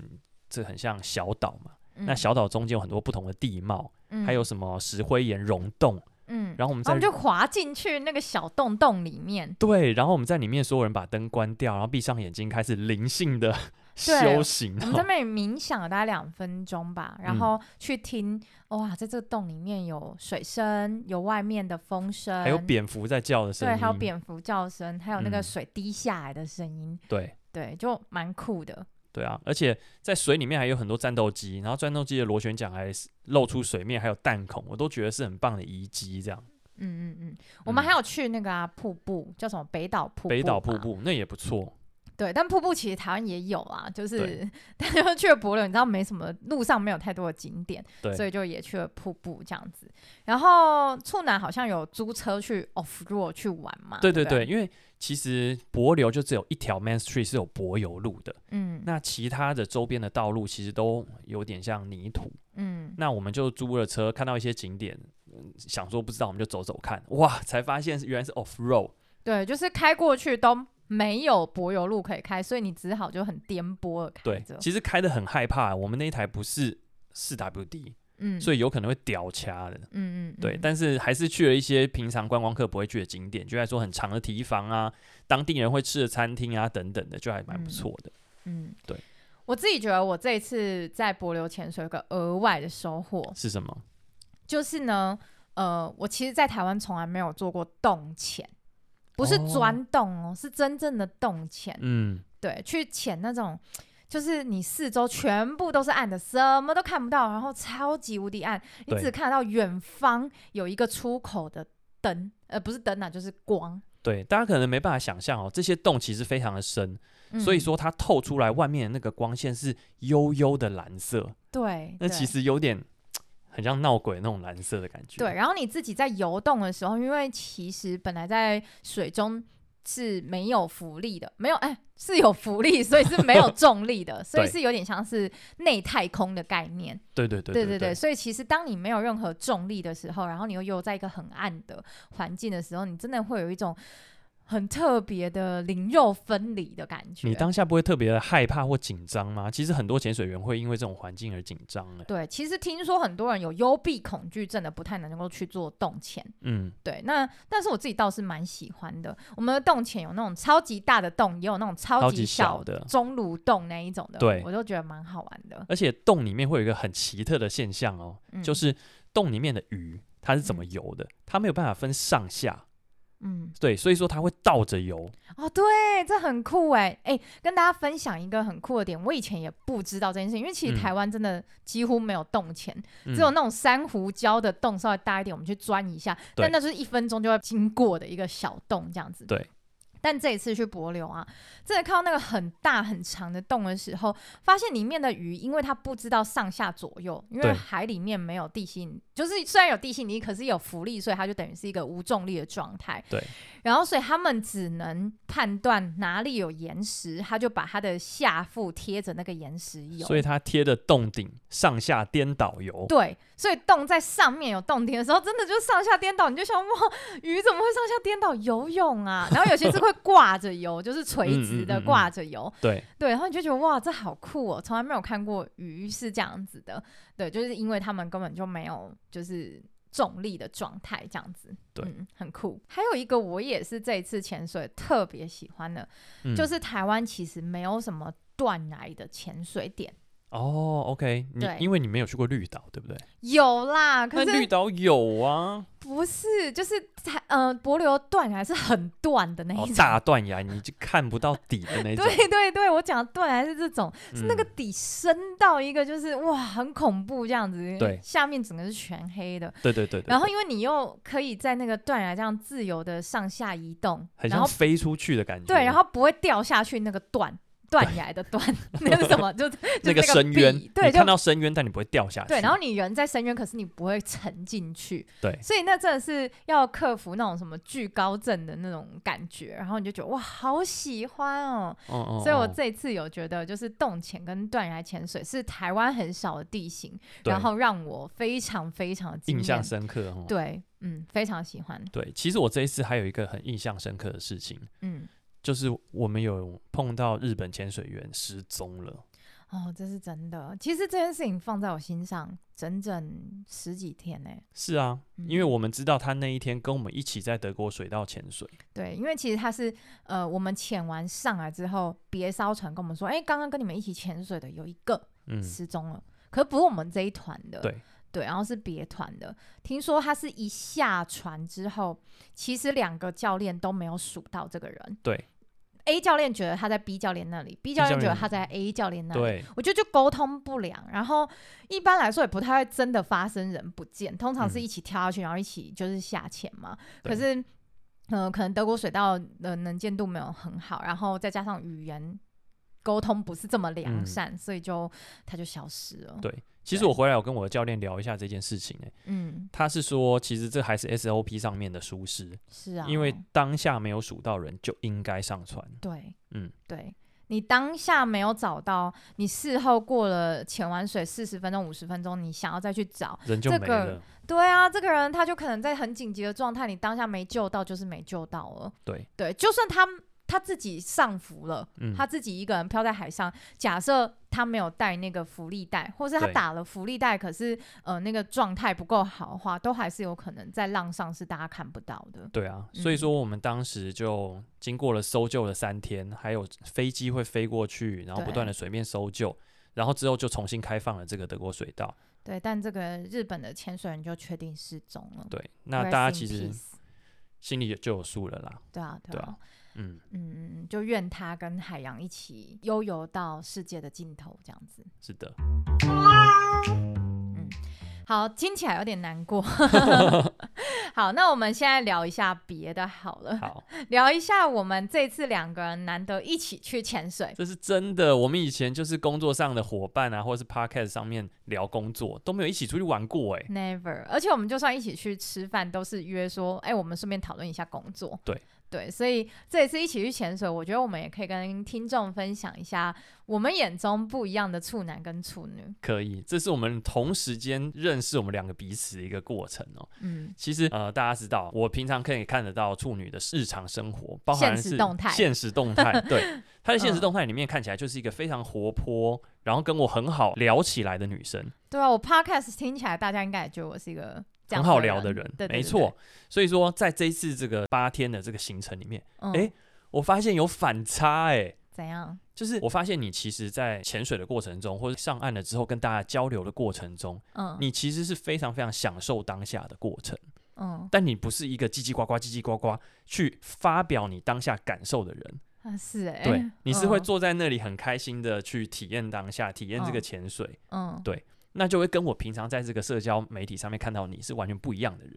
Speaker 2: 这很像小岛嘛，
Speaker 1: 嗯，
Speaker 2: 那小岛中间有很多不同的地貌，
Speaker 1: 嗯
Speaker 2: 还有什么石灰岩溶洞，
Speaker 1: 嗯，
Speaker 2: 然后我
Speaker 1: 然后我
Speaker 2: 们在
Speaker 1: 们就滑进去那个小洞洞里面，
Speaker 2: 对，然后我们在里面所有人把灯关掉，然后闭上眼睛开始灵性的
Speaker 1: 对
Speaker 2: 修行
Speaker 1: 我
Speaker 2: 哦、
Speaker 1: 们在那里冥想了大概两分钟吧，
Speaker 2: 嗯
Speaker 1: 然后去听，哇，在这个洞里面有水声，有外面的风声，
Speaker 2: 还有蝙蝠在叫的声音，
Speaker 1: 对，还有蝙蝠叫声，还有那个
Speaker 2: 嗯
Speaker 1: 水滴下来的声音，
Speaker 2: 对
Speaker 1: 对，就蛮酷的。
Speaker 2: 对啊，而且在水里面还有很多战斗机，然后战斗机的螺旋桨还是露出水面，还有弹孔，我都觉得是很棒的遗迹。这样，
Speaker 1: 嗯嗯嗯，我们还有去那个啊瀑布，叫什么北岛瀑布吧？
Speaker 2: 北岛瀑布那也不错，
Speaker 1: 对，但瀑布其实台湾也有啊，就是 但就去了博流，你知道没什么，路上没有太多的景点，
Speaker 2: 对
Speaker 1: 所以就也去了瀑布这样子。然后处男好像有租车去 off road 去玩嘛？
Speaker 2: 对
Speaker 1: 对
Speaker 2: 对
Speaker 1: 不
Speaker 2: 对，，因为其实柏流就只有一条 Main Street 是有柏油路的，
Speaker 1: 嗯
Speaker 2: 那其他的周边的道路其实都有点像泥土。
Speaker 1: 嗯，
Speaker 2: 那我们就租了车，看到一些景点，嗯想说不知道，我们就走走看。哇，才发现是原来是 off road，
Speaker 1: 对，就是开过去都没有柏油路可以开，所以你只好就很颠簸的开
Speaker 2: 对
Speaker 1: 着，，
Speaker 2: 其实开的很害怕。我们那一台不是四 WD，
Speaker 1: 嗯，
Speaker 2: 所
Speaker 1: 以
Speaker 2: 以有可能会掉掐的。
Speaker 1: 嗯嗯嗯，
Speaker 2: 对，但是还是去了一些平常观光客不会去的景点，就来说很长的提防啊，当地人会吃的餐厅啊等等的，就还蛮
Speaker 1: 嗯
Speaker 2: 不错的。
Speaker 1: 嗯
Speaker 2: 对。
Speaker 1: 我自己觉得我这一次在柏流潜水有个额外的收获，
Speaker 2: 是什么？
Speaker 1: 就是呢，呃，我其实，在台湾从来没有做过洞潜，不是
Speaker 2: 哦
Speaker 1: 钻洞哦，是真正的洞潜。
Speaker 2: 嗯，
Speaker 1: 对，去潜那种，就是你四周全部都是暗的，什么都看不到，然后超级无敌暗，你
Speaker 2: 对
Speaker 1: 只看得到远方有一个出口的灯，呃，不是灯啊，就是光。
Speaker 2: 对，大家可能没办法想象哦，这些洞其实非常的深，
Speaker 1: 嗯
Speaker 2: 所以，说它透出来外面的那个光线是幽幽的蓝色，
Speaker 1: 对，
Speaker 2: 那
Speaker 1: 对
Speaker 2: 其实有点很像闹鬼那种蓝色的感觉。
Speaker 1: 对，，然后你自己在游动的时候，因为其实本来在水中是没有浮力的，没有哎是有浮力，所以是没 有重力的，所以
Speaker 2: 对
Speaker 1: 是有点像是内太空的概念。
Speaker 2: 对对对
Speaker 1: 对
Speaker 2: 对
Speaker 1: 对，所以其实当你没有任何重力的时候，然后你又游在一个很暗的环境的时候，你真的会有一种很特别的灵肉分离的感觉。
Speaker 2: 你当下不会特别的害怕或紧张吗？其实很多潜水员会因为这种环境而紧张哎。
Speaker 1: 对，其实听说很多人有幽闭恐惧症的，不太能够去做动潜。
Speaker 2: 嗯，
Speaker 1: 对，那但是我自己倒是蛮喜欢的。我们的洞前有那种超级大的洞，也有那种超
Speaker 2: 超
Speaker 1: 级
Speaker 2: 级小
Speaker 1: 小
Speaker 2: 的
Speaker 1: 钟乳洞那一种的，
Speaker 2: 对
Speaker 1: 我就觉得蛮好玩的。
Speaker 2: 而且洞里面会有一个很奇特的现象哦，
Speaker 1: 嗯
Speaker 2: 就是洞里面的鱼它是怎么游的？它没有办法分上下，
Speaker 1: 嗯，
Speaker 2: 对，所以说它会倒着游。
Speaker 1: 哦，对，这很酷哎哎，跟大家分享一个很酷的点，我以前也不知道这件事情，因为其实
Speaker 2: 嗯
Speaker 1: 台湾真的几乎没有洞前，
Speaker 2: 嗯
Speaker 1: 只有那种珊瑚礁的洞稍微大一点，我们去钻一下，
Speaker 2: 对
Speaker 1: 但那就是一分钟就要经过的一个小洞这样子。
Speaker 2: 对。
Speaker 1: 但这一次去柏流啊，真的看到那个很大很长的洞的时候，发现里面的鱼，因为它不知道上下左右，因为
Speaker 2: 对
Speaker 1: 海里面没有地心，就是虽然有地心力，可是有浮力，所以它就等于是一个无重力的状态。
Speaker 2: 对。
Speaker 1: 然后，所以他们只能判断哪里有岩石，他就把他的下腹贴着那个岩石游。
Speaker 2: 所以它贴着洞顶上下颠倒游。
Speaker 1: 对，所以洞在上面有洞顶的时候，真的就上下颠倒，你就想哇，鱼怎么会上下颠倒游泳 啊？然后有些是会挂着游，就是垂直的
Speaker 2: 嗯嗯嗯嗯
Speaker 1: 挂着游，
Speaker 2: 对，
Speaker 1: 对，然后你就觉得哇，这好酷哦，从来没有看过鱼是这样子的，对，就是因为他们根本就没有就是重力的状态这样子，
Speaker 2: 对
Speaker 1: 嗯，很酷。还有一个我也是这一次潜水特别喜欢的，
Speaker 2: 嗯
Speaker 1: 就是台湾其实没有什么断崖的潜水点，
Speaker 2: 哦，OK，你
Speaker 1: 对
Speaker 2: 因为你没有去过绿岛，对不对？
Speaker 1: 有啦，可
Speaker 2: 那
Speaker 1: 是
Speaker 2: 绿岛有啊，
Speaker 1: 不是，就是它呃，柏流断崖是很断的那一
Speaker 2: 哦
Speaker 1: 种。，
Speaker 2: 大断崖你就看不到底的那 种。
Speaker 1: 对对对，我讲的断崖是这种，是那个
Speaker 2: 嗯
Speaker 1: 底深到一个就是哇，很恐怖这样子。
Speaker 2: 对
Speaker 1: 下面整个是全黑的。
Speaker 2: 对对对对，
Speaker 1: 然后因为你又可以在那个断崖这样自由的上下移动，
Speaker 2: 很
Speaker 1: 然
Speaker 2: 像
Speaker 1: 后
Speaker 2: 飞出去的感觉。
Speaker 1: 对，然后不会掉下去那个断断崖的 断，那是什么？就就
Speaker 2: 那
Speaker 1: 个
Speaker 2: 个深渊，
Speaker 1: 壁对，
Speaker 2: 你
Speaker 1: 就
Speaker 2: 看到深渊，但你不会掉下去。
Speaker 1: 对，然后你人在深渊，可是你不会沉进去。
Speaker 2: 对
Speaker 1: 所以那真的是要克服那种什么惧高症的那种感觉，然后你就觉得哇，好喜欢哦。
Speaker 2: 嗯，嗯
Speaker 1: 所以我
Speaker 2: 嗯
Speaker 1: 这一次有觉得，就是洞潜跟断崖潜水是台湾很少的地形，
Speaker 2: 对
Speaker 1: 然后让我非常非常地惊
Speaker 2: 印象
Speaker 1: 艳。
Speaker 2: 深刻哦。
Speaker 1: 对，嗯，非常喜欢，
Speaker 2: 对，其实我这一次还有一个很印象深刻的事情，
Speaker 1: 嗯，
Speaker 2: 就是我们有碰到日本潜水员失踪了。
Speaker 1: 哦，这是真的。其实这件事情放在我心上整整十几天呢、
Speaker 2: 是啊，因为
Speaker 1: 嗯
Speaker 2: 我们知道他那一天跟我们一起在德国水道潜水，
Speaker 1: 对，因为其实他是呃，我们潜完上来之后，别艘船跟我们说，哎、刚刚跟你们一起潜水的有一个
Speaker 2: 嗯，
Speaker 1: 失踪了，可是不是我们这一团的，
Speaker 2: 对
Speaker 1: 对，然后是别团的。听说他是一下船之后，其实两个教练都没有数到这个人，
Speaker 2: 对，
Speaker 1: A 教练觉得他在 B 教练那里，B
Speaker 2: 教
Speaker 1: 教
Speaker 2: 练
Speaker 1: 练觉得他在 A 教练那里，
Speaker 2: 对，
Speaker 1: 我觉得就沟通不良，然后一般来说也不太会真的发生人不见，通常是
Speaker 2: 嗯
Speaker 1: 一起跳下去，然后一起就是下潜嘛。可
Speaker 2: 对
Speaker 1: 是，呃，可能德国水道的能见度没有很好，然后再加上语言沟通不是这么良
Speaker 2: 嗯
Speaker 1: 善，所以就他就消失了。
Speaker 2: 对。其实
Speaker 1: 对
Speaker 2: 我回来，我跟我的教练聊一下这件事情、欸，
Speaker 1: 嗯，
Speaker 2: 他是说，其实这还是 SOP 上面的疏失，
Speaker 1: 是啊，
Speaker 2: 因为当下没有数到人就应该上船。
Speaker 1: 对，
Speaker 2: 嗯，
Speaker 1: 对。你当下没有找到，你事后过了潜完水四十分钟、五十分钟，你想要再去找，
Speaker 2: 人就
Speaker 1: 这
Speaker 2: 没
Speaker 1: 个
Speaker 2: 了。
Speaker 1: 对啊，这个人他就可能在很紧急的状态，你当下没救到就是没救到了。
Speaker 2: 对，
Speaker 1: 对，就算他他自己上浮了，
Speaker 2: 嗯，
Speaker 1: 他自己一个人漂在海上，假设他没有带那个浮力带，或是他
Speaker 2: 对
Speaker 1: 打了浮力带，可是呃那个状态不够好的话，都还是有可能在浪上是大家看不到的。
Speaker 2: 对啊，所以
Speaker 1: 嗯
Speaker 2: 说我们当时就经过了搜救的三天，还有飞机会飞过去，然后不
Speaker 1: 对
Speaker 2: 断的水面搜救，然后之后就重新开放了这个德国水道。
Speaker 1: 对，但这个日本的潜水员就确定失踪了。
Speaker 2: 对，那
Speaker 1: Rest
Speaker 2: 大家
Speaker 1: in
Speaker 2: 其实
Speaker 1: peace
Speaker 2: 心里就有数了啦。
Speaker 1: 对啊，对
Speaker 2: 对
Speaker 1: 啊，
Speaker 2: 啊嗯，
Speaker 1: 嗯，就愿他跟海洋一起悠游到世界的尽头，这样子。
Speaker 2: 是的，
Speaker 1: 好，听起来有点难 过。 好，那我们现在聊一下别的好了，
Speaker 2: 好，
Speaker 1: 聊一下我们这次两个人难得一起去潜水。
Speaker 2: 这是真的。我们以前就是工作上的伙伴啊，或者是 podcast 上面聊工作，都没有一起出去玩过哎、
Speaker 1: Never，而且我们就算一起去吃饭，都是约说，哎、我们顺便讨论一下工作。
Speaker 2: 对
Speaker 1: 对，所以这一次一起去潜水，我觉得我们也可以跟听众分享一下我们眼中不一样的处男跟处女。
Speaker 2: 可以，这是我们同时间认识我们两个彼此的一个过程哦、
Speaker 1: 嗯，
Speaker 2: 其实呃，大家知道，我平常可以看得到处女的日常生活，包含
Speaker 1: 现实
Speaker 2: 是
Speaker 1: 动态
Speaker 2: 现实动态， 对，她在现
Speaker 1: 嗯
Speaker 2: 实动态里面看起来就是一个非常活泼，然后跟我很好聊起来的女生，
Speaker 1: 对啊，我 Podcast 听起来大家应该也觉得我是一个这样的
Speaker 2: 很好聊的
Speaker 1: 人
Speaker 2: 人，，
Speaker 1: 对
Speaker 2: 没错。。所以说，在这一次这个八天的这个行程里面，
Speaker 1: 哎、
Speaker 2: 诶我发现有反差、诶，
Speaker 1: 怎样？
Speaker 2: 就是我发现你其实，在潜水的过程中，或者上岸了之后跟大家交流的过程中，
Speaker 1: 嗯，
Speaker 2: 你其实是非常非常享受当下的过程。
Speaker 1: 嗯
Speaker 2: 但你不是一个叽叽呱呱、叽叽呱呱去发表你当下感受的人，
Speaker 1: 啊，是哎、
Speaker 2: 对，你是会
Speaker 1: 嗯，
Speaker 2: 坐在那里很开心的去体验当下，体验这个
Speaker 1: 嗯
Speaker 2: 潜水，
Speaker 1: 嗯，
Speaker 2: 那就会跟我平常在这个社交媒体上面看到你是完全不一样的人。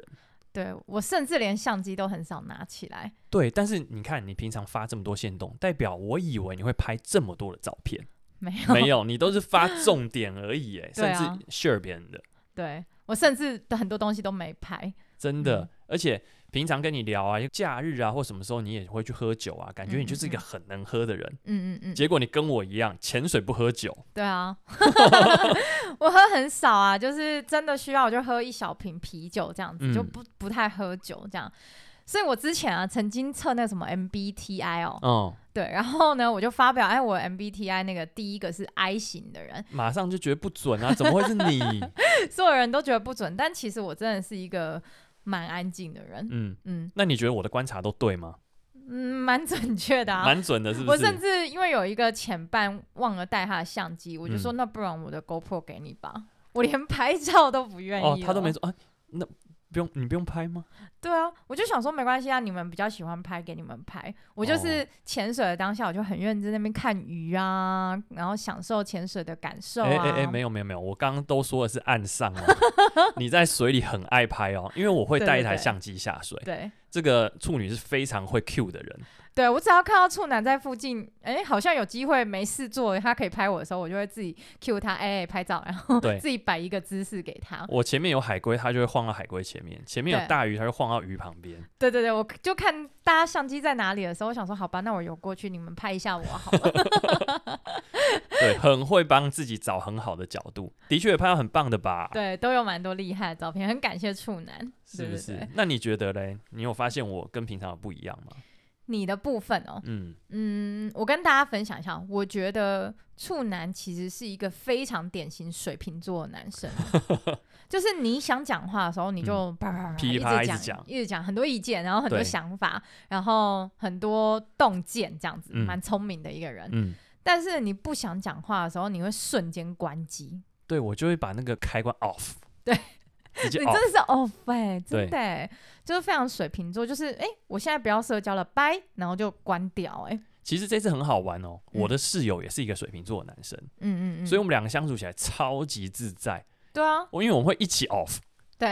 Speaker 1: 对我甚至连相机都很少拿起来，
Speaker 2: 对，但是你看，你平常发这么多线动，代表我以为你会拍这么多的照 片，
Speaker 1: 没有，
Speaker 2: 没有，你都是发重点而已，哎，
Speaker 1: 对
Speaker 2: 甚至
Speaker 1: 啊
Speaker 2: share 别人的，
Speaker 1: 对我甚至很多东西都没拍，
Speaker 2: 真的
Speaker 1: 嗯，
Speaker 2: 而且平常跟你聊啊，假日啊或什么时候你也会去喝酒啊，感觉你就是一个
Speaker 1: 嗯嗯
Speaker 2: 很能喝的人。
Speaker 1: 嗯嗯嗯，
Speaker 2: 结果你跟我一样，潜水不喝酒，
Speaker 1: 对 啊， 我喝很少啊，就是真的需要我就喝一小瓶啤酒这样子，就
Speaker 2: 嗯
Speaker 1: 不不太喝酒这样。所以我之前啊，曾经测那个什么 MBTI 哦，
Speaker 2: 嗯，
Speaker 1: 对，然后呢，我就发表，哎，我 MBTI 那个第一个是 I 型的人，
Speaker 2: 马上就觉得不准啊，怎么会是你？
Speaker 1: 所有人都觉得不准，但其实我真的是一个蛮安静的人，
Speaker 2: 嗯，
Speaker 1: 嗯，
Speaker 2: 那你觉得我的观察都对吗？
Speaker 1: 嗯，蛮准确的啊。
Speaker 2: 蛮准的，是不
Speaker 1: 我甚
Speaker 2: 是？
Speaker 1: 至因为有一个前伴忘了带他的相机，我就说、
Speaker 2: 嗯
Speaker 1: 那不然我的 GoPro 给你吧，我连拍照都不愿意、
Speaker 2: 哦，他都没。说啊，那不用你不用拍吗？
Speaker 1: 对啊，我就想说没关系啊，你们比较喜欢拍，给你们拍。我
Speaker 2: 哦
Speaker 1: 就是潜水的当下，我就很认真在那边看鱼啊，然后享受潜水的感受啊。
Speaker 2: 哎哎哎，没有没有没有，我刚刚都说的是岸 上哦，你在水里很爱拍哦，因为我会
Speaker 1: 对
Speaker 2: 带
Speaker 1: 对
Speaker 2: 一台
Speaker 1: 对
Speaker 2: 相机下水。
Speaker 1: 对
Speaker 2: 这个处女是非常会 Q 的人，
Speaker 1: 对，我只要看到处男在附近，哎、好像有机会没事做，他可以拍我的时候，我就会自己 cue 他，哎、哎拍照，然后
Speaker 2: 对
Speaker 1: 自己摆一个姿势给他。
Speaker 2: 我前面有海龟，它就会晃到海龟前面；前面有
Speaker 1: 对
Speaker 2: 大鱼，它就晃到鱼旁边。
Speaker 1: 对对对，我就看大家相机在哪里的时候，我想说，好吧，那我游过去，你们拍一下我好了。
Speaker 2: 对，很会帮自己找很好的角度，的确拍到很棒的吧？
Speaker 1: 对，都有蛮多厉害的照片，很感谢处男，
Speaker 2: 是
Speaker 1: 对
Speaker 2: 不
Speaker 1: 对
Speaker 2: 是
Speaker 1: 对？
Speaker 2: 那你觉得嘞？你有发现我跟平常有不一样吗？
Speaker 1: 你的部分哦，
Speaker 2: 嗯，
Speaker 1: 嗯，我跟大家分享一下，我觉得处男其实是一个非常典型水瓶座的男生，哦 就是你想讲话的时候，你就叭叭叭叭
Speaker 2: 嗯噼里啪啦
Speaker 1: 一
Speaker 2: 一直
Speaker 1: 直
Speaker 2: 讲
Speaker 1: 一直讲很多意见，然后很多
Speaker 2: 对
Speaker 1: 想法，然后很多洞见，这样子，
Speaker 2: 嗯
Speaker 1: 蛮聪明的一个人。
Speaker 2: 嗯，
Speaker 1: 但是你不想讲话的时候，你会瞬间关机，
Speaker 2: 对我就会把那个开关 off，
Speaker 1: 对，
Speaker 2: 直接
Speaker 1: 你
Speaker 2: off，
Speaker 1: 真的是 off 哎、真
Speaker 2: 哦对
Speaker 1: 的、欸，就是非常水瓶座，就是哎、欸我现在不要社交了，拜，然后就关掉哎、欸
Speaker 2: 其实这次很好玩哦，
Speaker 1: 嗯
Speaker 2: 我的室友也是一个水瓶座的男生，
Speaker 1: 嗯嗯嗯，
Speaker 2: 所以我们两个相处起来超级自在。
Speaker 1: 对啊，
Speaker 2: 我因为我们会一起 off，
Speaker 1: 对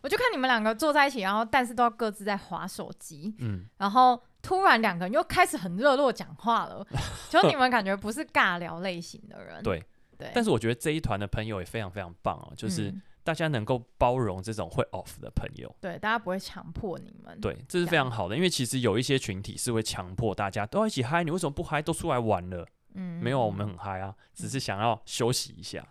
Speaker 1: 我就看你们两个坐在一起，然后但是都要各自在划手机，
Speaker 2: 嗯，
Speaker 1: 然后突然两个人又开始很热络讲话了，就你们感觉不是尬聊类型的人，
Speaker 2: 对
Speaker 1: 对，
Speaker 2: 但是我觉得这一团的朋友也非常非常棒哦，就是
Speaker 1: 嗯
Speaker 2: 大家能够包容这种会 off 的朋友。
Speaker 1: 对，大家不会强迫你们，
Speaker 2: 对，这是
Speaker 1: 这
Speaker 2: 非
Speaker 1: 样
Speaker 2: 常好的，因为其实有一些群体是会强迫大家都要一起嗨，你为什么不嗨？都出来玩了，
Speaker 1: 嗯，
Speaker 2: 没有，我们很嗨啊，只是想要休息一下。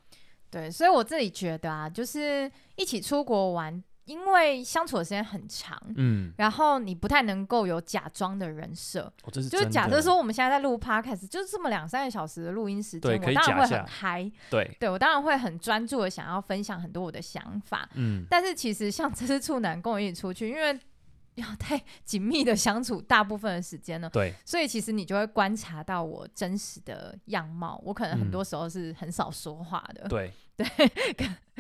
Speaker 1: 对，所以我自己觉得啊，就是一起出国玩，因为相处的时间很长。
Speaker 2: 嗯，
Speaker 1: 然后你不太能够有假装的人设，
Speaker 2: 哦，这是
Speaker 1: 就是
Speaker 2: 真
Speaker 1: 假
Speaker 2: 的
Speaker 1: 设说我们现在在录 podcast，就是这么两三个小时的录音时
Speaker 2: 对
Speaker 1: 间，
Speaker 2: 可
Speaker 1: 我
Speaker 2: 以
Speaker 1: 当然
Speaker 2: 假
Speaker 1: 会
Speaker 2: 一下
Speaker 1: 很嗨，
Speaker 2: 对，
Speaker 1: 对我当然会很专注的想要分享很多我的想法，
Speaker 2: 嗯，
Speaker 1: 但是其实像这次处男跟我一起出去，因为要太紧密的相处大部分的时间呢，
Speaker 2: 对，
Speaker 1: 所以其实你就会观察到我真实的样貌。我可能很多时候是很少说话的，
Speaker 2: 嗯对，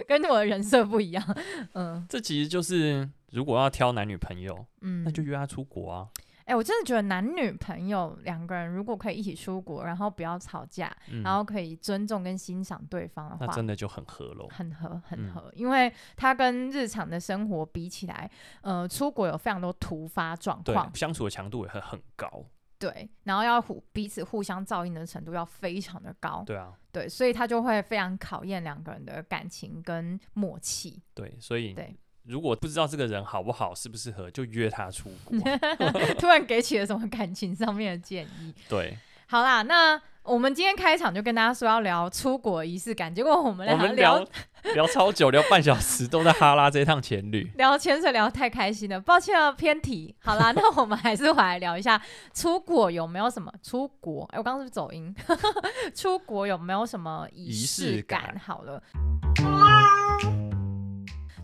Speaker 1: 跟我的人设不一样。嗯
Speaker 2: 这其实就是如果要挑男女朋友，
Speaker 1: 嗯，
Speaker 2: 那就约他出国啊。
Speaker 1: 哎、我真的觉得男女朋友两个人如果可以一起出国，然后不要吵架，
Speaker 2: 嗯，
Speaker 1: 然后可以尊重跟欣赏对方的
Speaker 2: 那
Speaker 1: 话，
Speaker 2: 真的就很合咯。
Speaker 1: 很合很
Speaker 2: 嗯
Speaker 1: 合，因为它跟日常的生活比起来，呃，出国有非常多突发状
Speaker 2: 对
Speaker 1: 况，，
Speaker 2: 相处的强度也很很高。
Speaker 1: 对，然后要互彼此互相照应的程度要非常的高，
Speaker 2: 对啊，
Speaker 1: 对，所以它就会非常考验两个人的感情跟默契。
Speaker 2: 对，所以
Speaker 1: 对
Speaker 2: 如果不知道这个人好不好、适不适合，就约他出 国啊。
Speaker 1: 突然给起了什么感情上面的建议？
Speaker 2: 对，
Speaker 1: 好啦，那我们今天开场就跟大家说要聊出国仪式感，结果我们
Speaker 2: 我
Speaker 1: 俩
Speaker 2: 们
Speaker 1: 聊
Speaker 2: 聊聊超久，聊半小时，都在哈拉这趟前旅。
Speaker 1: 聊潜水聊得太开心了，抱歉了偏题。好啦， 那我们还是回来聊一下出国有没有什么出国？哎、我刚刚是不是走音？ 出国有没有什么仪式
Speaker 2: 仪式感
Speaker 1: 好了。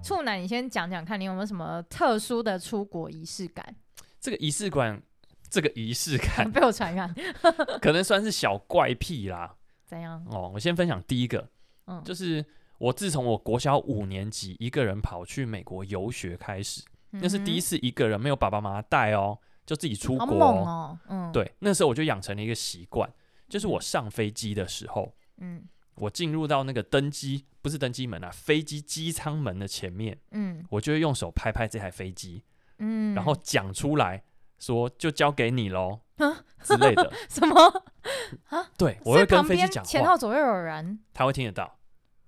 Speaker 1: 处男，你先讲讲看，你有没有什么特殊的出国仪式 感？
Speaker 2: 这个仪式感，这个仪式 感
Speaker 1: 被我传染，
Speaker 2: 可能算是小怪癖啦。
Speaker 1: 怎样？
Speaker 2: 哦，我先分享第一个，
Speaker 1: 嗯，
Speaker 2: 就是我自从我国小五年级一个人跑去美国游学开始，
Speaker 1: 嗯
Speaker 2: 那是第一
Speaker 1: 次
Speaker 2: 次一个人没有爸爸妈妈带哦，就自己出
Speaker 1: 好
Speaker 2: 国、
Speaker 1: 猛哦，嗯，，
Speaker 2: 对，那时候我就养成了一个习惯，就是我上飞机的时候，
Speaker 1: 嗯
Speaker 2: 我进入到那个登机不是登机门啊，飞机机舱门的前面，
Speaker 1: 嗯
Speaker 2: 我就会用手拍拍这台飞机，
Speaker 1: 嗯，
Speaker 2: 然后讲出来说就交给你 喽
Speaker 1: 啊
Speaker 2: 之 类的。
Speaker 1: 什么？
Speaker 2: 对，我会
Speaker 1: 是
Speaker 2: 跟
Speaker 1: 旁
Speaker 2: 飞机
Speaker 1: 边
Speaker 2: 讲
Speaker 1: 前
Speaker 2: 话，
Speaker 1: 后左右有人，
Speaker 2: 他会听得到，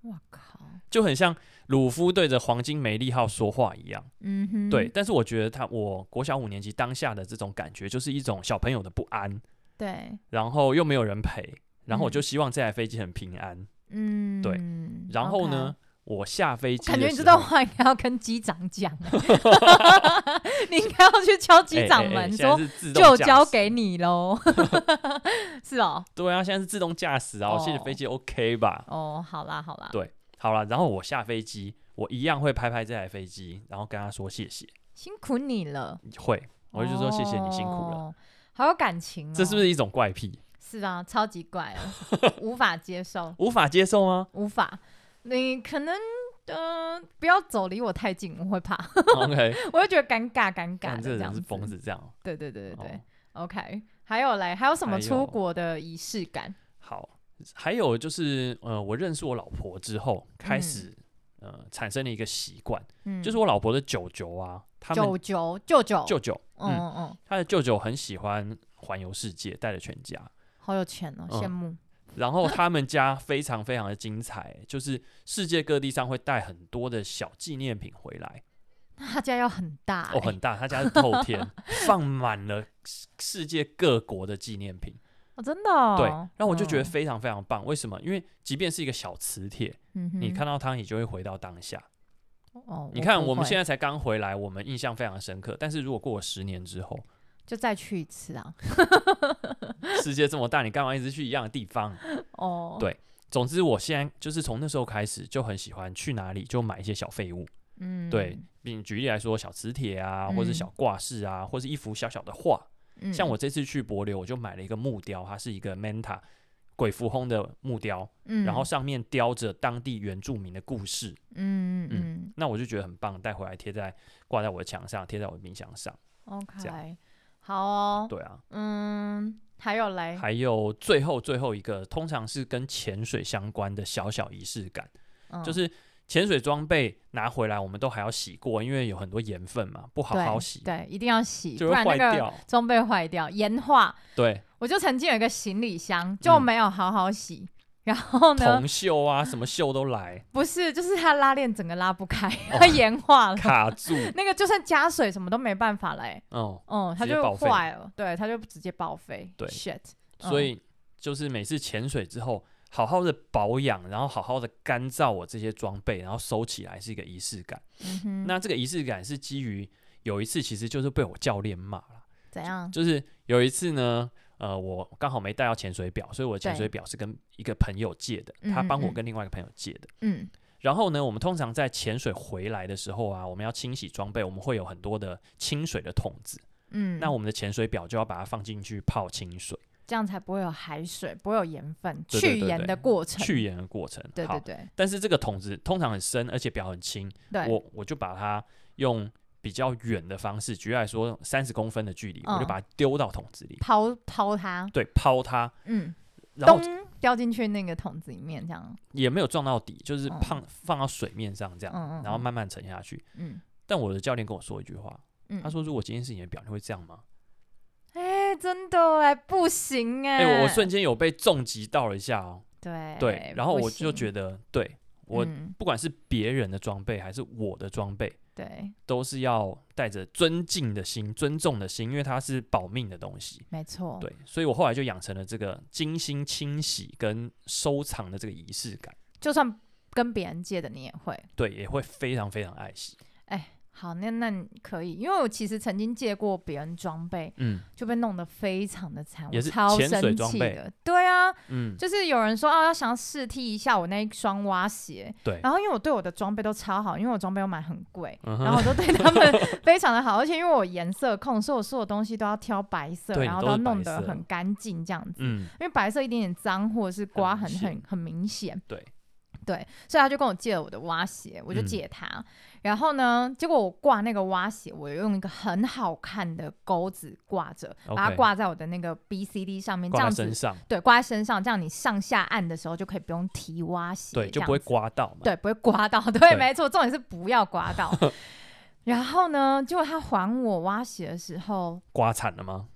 Speaker 1: 我靠，
Speaker 2: 就很像鲁夫对着黄金梅利号说话一样。
Speaker 1: 嗯哼，
Speaker 2: 对，但是我觉得他，我国小五年级当下的这种感觉，就是一种小朋友的不安，
Speaker 1: 对，
Speaker 2: 然后又没有人陪，然后我就
Speaker 1: 嗯
Speaker 2: 希望这台飞机很平安。
Speaker 1: 嗯，
Speaker 2: 对。然后呢我下飞机的时
Speaker 1: 啊感
Speaker 2: 候，
Speaker 1: 觉你这段话应该要跟机长讲、欸 你应该要去敲
Speaker 2: 哎
Speaker 1: 机长
Speaker 2: 哎哎
Speaker 1: 门
Speaker 2: 现在
Speaker 1: 说，
Speaker 2: 是自动
Speaker 1: 就
Speaker 2: 驾
Speaker 1: 交
Speaker 2: 驶
Speaker 1: 给你喽。 是哦，
Speaker 2: 对啊，现在是自动驾驶啊，我现在
Speaker 1: 哦
Speaker 2: 飞机 OK 吧？
Speaker 1: 哦，好啦，好啦，
Speaker 2: 对好了，然后我下飞机，我一样会拍拍这台飞机，然后跟他说谢谢，
Speaker 1: 辛苦你了。
Speaker 2: 会，我就说谢谢你辛苦了。
Speaker 1: 哦，好有感情、哦。
Speaker 2: 这是不
Speaker 1: 是？
Speaker 2: 是一种怪癖？
Speaker 1: 是啊，超级怪哦，无法接受，
Speaker 2: 无法接 受吗
Speaker 1: 无法。你可能。嗯、不要走离我太近，我会怕，
Speaker 2: ？OK，
Speaker 1: 我会觉得尴尬尴尬
Speaker 2: 干
Speaker 1: 的
Speaker 2: 这
Speaker 1: 这样
Speaker 2: 人
Speaker 1: 子。
Speaker 2: 是疯子这样。
Speaker 1: 对对对对对、
Speaker 2: 哦
Speaker 1: o k 还有嘞，还有什么
Speaker 2: 还有
Speaker 1: 出国的仪式感？
Speaker 2: 好，还有就是呃，我认识我老婆之后，开始、呃产生了一个习惯，
Speaker 1: 嗯，
Speaker 2: 就是我老婆的舅舅啊，他们
Speaker 1: 九九舅舅，
Speaker 2: 舅舅，
Speaker 1: 嗯
Speaker 2: 嗯，
Speaker 1: 嗯嗯，
Speaker 2: 他的舅舅很喜欢环游世界，带着全家。
Speaker 1: 好有钱哦，
Speaker 2: 嗯
Speaker 1: 羡慕。
Speaker 2: 然后他们家非常非常的精彩，就是世界各地上会带很多的小纪念品回来，
Speaker 1: 那他家要很大
Speaker 2: 哦，
Speaker 1: 欸，
Speaker 2: 很大，他家是 透天，放满了世世界各国的纪念品，
Speaker 1: 哦，真的哦。
Speaker 2: 对，然后我就觉得
Speaker 1: 嗯，
Speaker 2: 非常非常棒。为什么？因为即便是一个小磁铁，
Speaker 1: 嗯哼
Speaker 2: 你，看到它，你就会回到当下。
Speaker 1: 哦，
Speaker 2: 你看，我们现
Speaker 1: 在
Speaker 2: 在才刚回来，我们印象非常深刻，但是如果过了十年之后，
Speaker 1: 就再去一次 啊。
Speaker 2: 世界这么大，你干嘛一直去一样的地方？
Speaker 1: 哦，
Speaker 2: 对总之，我现在就是从那时候开始就很喜欢去哪里就买一些小废物。
Speaker 1: 嗯，
Speaker 2: 对，并举例来说，小磁铁啊，
Speaker 1: 嗯
Speaker 2: 或是小挂饰啊，或是一幅小小的画。
Speaker 1: 嗯，
Speaker 2: 像我这次去柏流，我就买了一个木雕，它是一个 Manta 鬼蝠鲼的木雕，
Speaker 1: 嗯，
Speaker 2: 然后上面雕着当地原住民的故事。
Speaker 1: 嗯，嗯
Speaker 2: 嗯
Speaker 1: 嗯
Speaker 2: 那我就觉得很棒，带回来贴在挂在我的墙上，贴在我的冰箱上。
Speaker 1: 嗯
Speaker 2: 这
Speaker 1: ，OK，好哦，
Speaker 2: 对啊，
Speaker 1: 嗯，还有嘞，
Speaker 2: 还有最后最后一个，通常是跟潜水相关的小小仪式感，
Speaker 1: 嗯
Speaker 2: 就是潜水装备拿回来，我们都还要洗过，因为有很多盐分嘛，不好
Speaker 1: 对
Speaker 2: 好洗
Speaker 1: 对，一定要洗，
Speaker 2: 就
Speaker 1: 不
Speaker 2: 会
Speaker 1: 然那
Speaker 2: 坏
Speaker 1: 个
Speaker 2: 掉。
Speaker 1: 装备坏掉，盐化。
Speaker 2: 对，
Speaker 1: 我就曾经有一个行李箱就
Speaker 2: 嗯
Speaker 1: 没有好好洗，然后呢，
Speaker 2: 铜锈啊，什么锈都来，
Speaker 1: 不是，就是它拉链整个拉不开，
Speaker 2: 哦
Speaker 1: 它盐化了，
Speaker 2: 卡住，
Speaker 1: 那个就算加水什么都没办法了、欸，
Speaker 2: 哦、
Speaker 1: 嗯，它
Speaker 2: 直接
Speaker 1: 就
Speaker 2: 报废
Speaker 1: 坏了，对，它就直接报废，
Speaker 2: 对
Speaker 1: ，shit，
Speaker 2: 所以就是每次潜水之后，好好的保养，然后好好的干燥我这些装备，然后收起来是一个仪式感。
Speaker 1: 嗯哼，
Speaker 2: 那这个仪式感是基于有一次，其实就是被我教练骂了。
Speaker 1: 怎样？
Speaker 2: 就是有一次呢，呃，我刚好没带到潜水表，所以我的潜
Speaker 1: 对
Speaker 2: 水表是跟一个朋友借的，他
Speaker 1: 嗯嗯
Speaker 2: 帮我
Speaker 1: 嗯
Speaker 2: 跟另外一个朋友借的。
Speaker 1: 嗯，
Speaker 2: 然后呢，我们通常在潜水回来的时候啊，我们要清洗装备，我们会有很多的清水的桶子，
Speaker 1: 嗯，
Speaker 2: 那我们的潜水表就要把它放进去泡清水，
Speaker 1: 这样才不会有海水，不会有盐分，
Speaker 2: 对对
Speaker 1: 去
Speaker 2: 对
Speaker 1: 盐
Speaker 2: 对
Speaker 1: 的过程，
Speaker 2: 去盐的过程。
Speaker 1: 对对
Speaker 2: 好，
Speaker 1: 对
Speaker 2: 但是这个桶子通常很深，而且表很轻，
Speaker 1: 对，
Speaker 2: 我我就把它用。比较远的方式，举例来说，三十公分的距离，我就
Speaker 1: 嗯
Speaker 2: 把它丢到桶子里，
Speaker 1: 抛抛它，
Speaker 2: 对，抛它，
Speaker 1: 嗯，
Speaker 2: 然后
Speaker 1: 咚掉进去那个桶子里面，这样，
Speaker 2: 也没有撞到底，就是
Speaker 1: 嗯
Speaker 2: 胖、放到水面上这样，
Speaker 1: 嗯嗯
Speaker 2: 然后
Speaker 1: 嗯
Speaker 2: 慢慢沉下去。
Speaker 1: 嗯
Speaker 2: 但我的教练跟我说一句话，
Speaker 1: 嗯，
Speaker 2: 他说：“如果今天是你的表，你会这样吗
Speaker 1: 哎、真的哎、不行？”哎、
Speaker 2: 哎、我我瞬间有被重击到了一下哦。
Speaker 1: 对
Speaker 2: 对，然后我就
Speaker 1: 得
Speaker 2: 觉得，对我
Speaker 1: 哎嗯、
Speaker 2: 不管是别人的装备还是我的装备，
Speaker 1: 对，
Speaker 2: 都是要带着尊敬的心、尊重的心，因为它是保命的东西。
Speaker 1: 没错，
Speaker 2: 对，所以我后来就养成了这个精心清洗跟收藏的这个仪式感，
Speaker 1: 就算跟别人借的你也会。
Speaker 2: 对，也会非常非常爱惜。
Speaker 1: 好，那那你可以，因为我其实曾经借过别人装备，
Speaker 2: 嗯
Speaker 1: 就被弄得非常的惨，
Speaker 2: 也
Speaker 1: 我
Speaker 2: 是
Speaker 1: 超
Speaker 2: 潜水
Speaker 1: 生
Speaker 2: 装
Speaker 1: 气
Speaker 2: 备
Speaker 1: 的。对啊，
Speaker 2: 嗯，
Speaker 1: 就是有人说啊，要想试踢一下我那一双蛙鞋，
Speaker 2: 对
Speaker 1: 然后因为我对我的装备都超好，因为我装备又买很贵，
Speaker 2: 嗯
Speaker 1: 然
Speaker 2: 哼，
Speaker 1: 后我都对他 们非常的好，而且因为我颜色控，所以我所有东西都要挑白色，
Speaker 2: 对
Speaker 1: 然后
Speaker 2: 你
Speaker 1: 都
Speaker 2: 都
Speaker 1: 要
Speaker 2: 是
Speaker 1: 弄
Speaker 2: 白
Speaker 1: 得
Speaker 2: 色
Speaker 1: 很干净这样子。
Speaker 2: 嗯，
Speaker 1: 因为白色一点点脏或者是刮
Speaker 2: 很
Speaker 1: 痕
Speaker 2: 明
Speaker 1: 很很明显，
Speaker 2: 对
Speaker 1: 对，所以他就跟我借了我的蛙鞋，我就
Speaker 2: 嗯
Speaker 1: 借他。然后呢，结果我挂那个蛙鞋，我用一个很好看的钩子挂着把它
Speaker 2: OK
Speaker 1: 挂在我的那个 B C D 上面，这
Speaker 2: 挂
Speaker 1: 样
Speaker 2: 在身
Speaker 1: 子
Speaker 2: 上，
Speaker 1: 对，挂在身上，这样你上下岸的时候就可以不用提蛙鞋，
Speaker 2: 对，就
Speaker 1: 这样
Speaker 2: 不会
Speaker 1: 子
Speaker 2: 刮到嘛。
Speaker 1: 对，不会刮到。 对，
Speaker 2: 对
Speaker 1: 没错，重点是不要刮 到。然后呢，结果他还我挖鞋的时候，
Speaker 2: 刮惨了吗？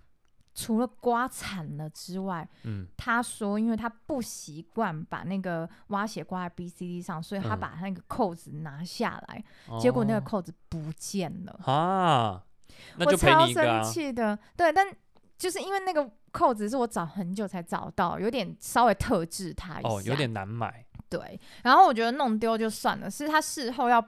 Speaker 1: 除了刮惨了之外，
Speaker 2: 嗯，
Speaker 1: 他说，因为他不习惯把那个挖鞋挂在 B C D 上，所以他
Speaker 2: 嗯
Speaker 1: 把他那个扣子拿下来，结果那个
Speaker 2: 哦
Speaker 1: 扣子不见了，
Speaker 2: 啊，那
Speaker 1: 我
Speaker 2: 就赔
Speaker 1: 超
Speaker 2: 你一个
Speaker 1: 生
Speaker 2: 啊。
Speaker 1: 气的。对，但就是因为那个扣子是我找很久才找到，有点稍微特制它一下，
Speaker 2: 哦，有点难买，
Speaker 1: 对，然后我觉得弄丢就算了，是他事后要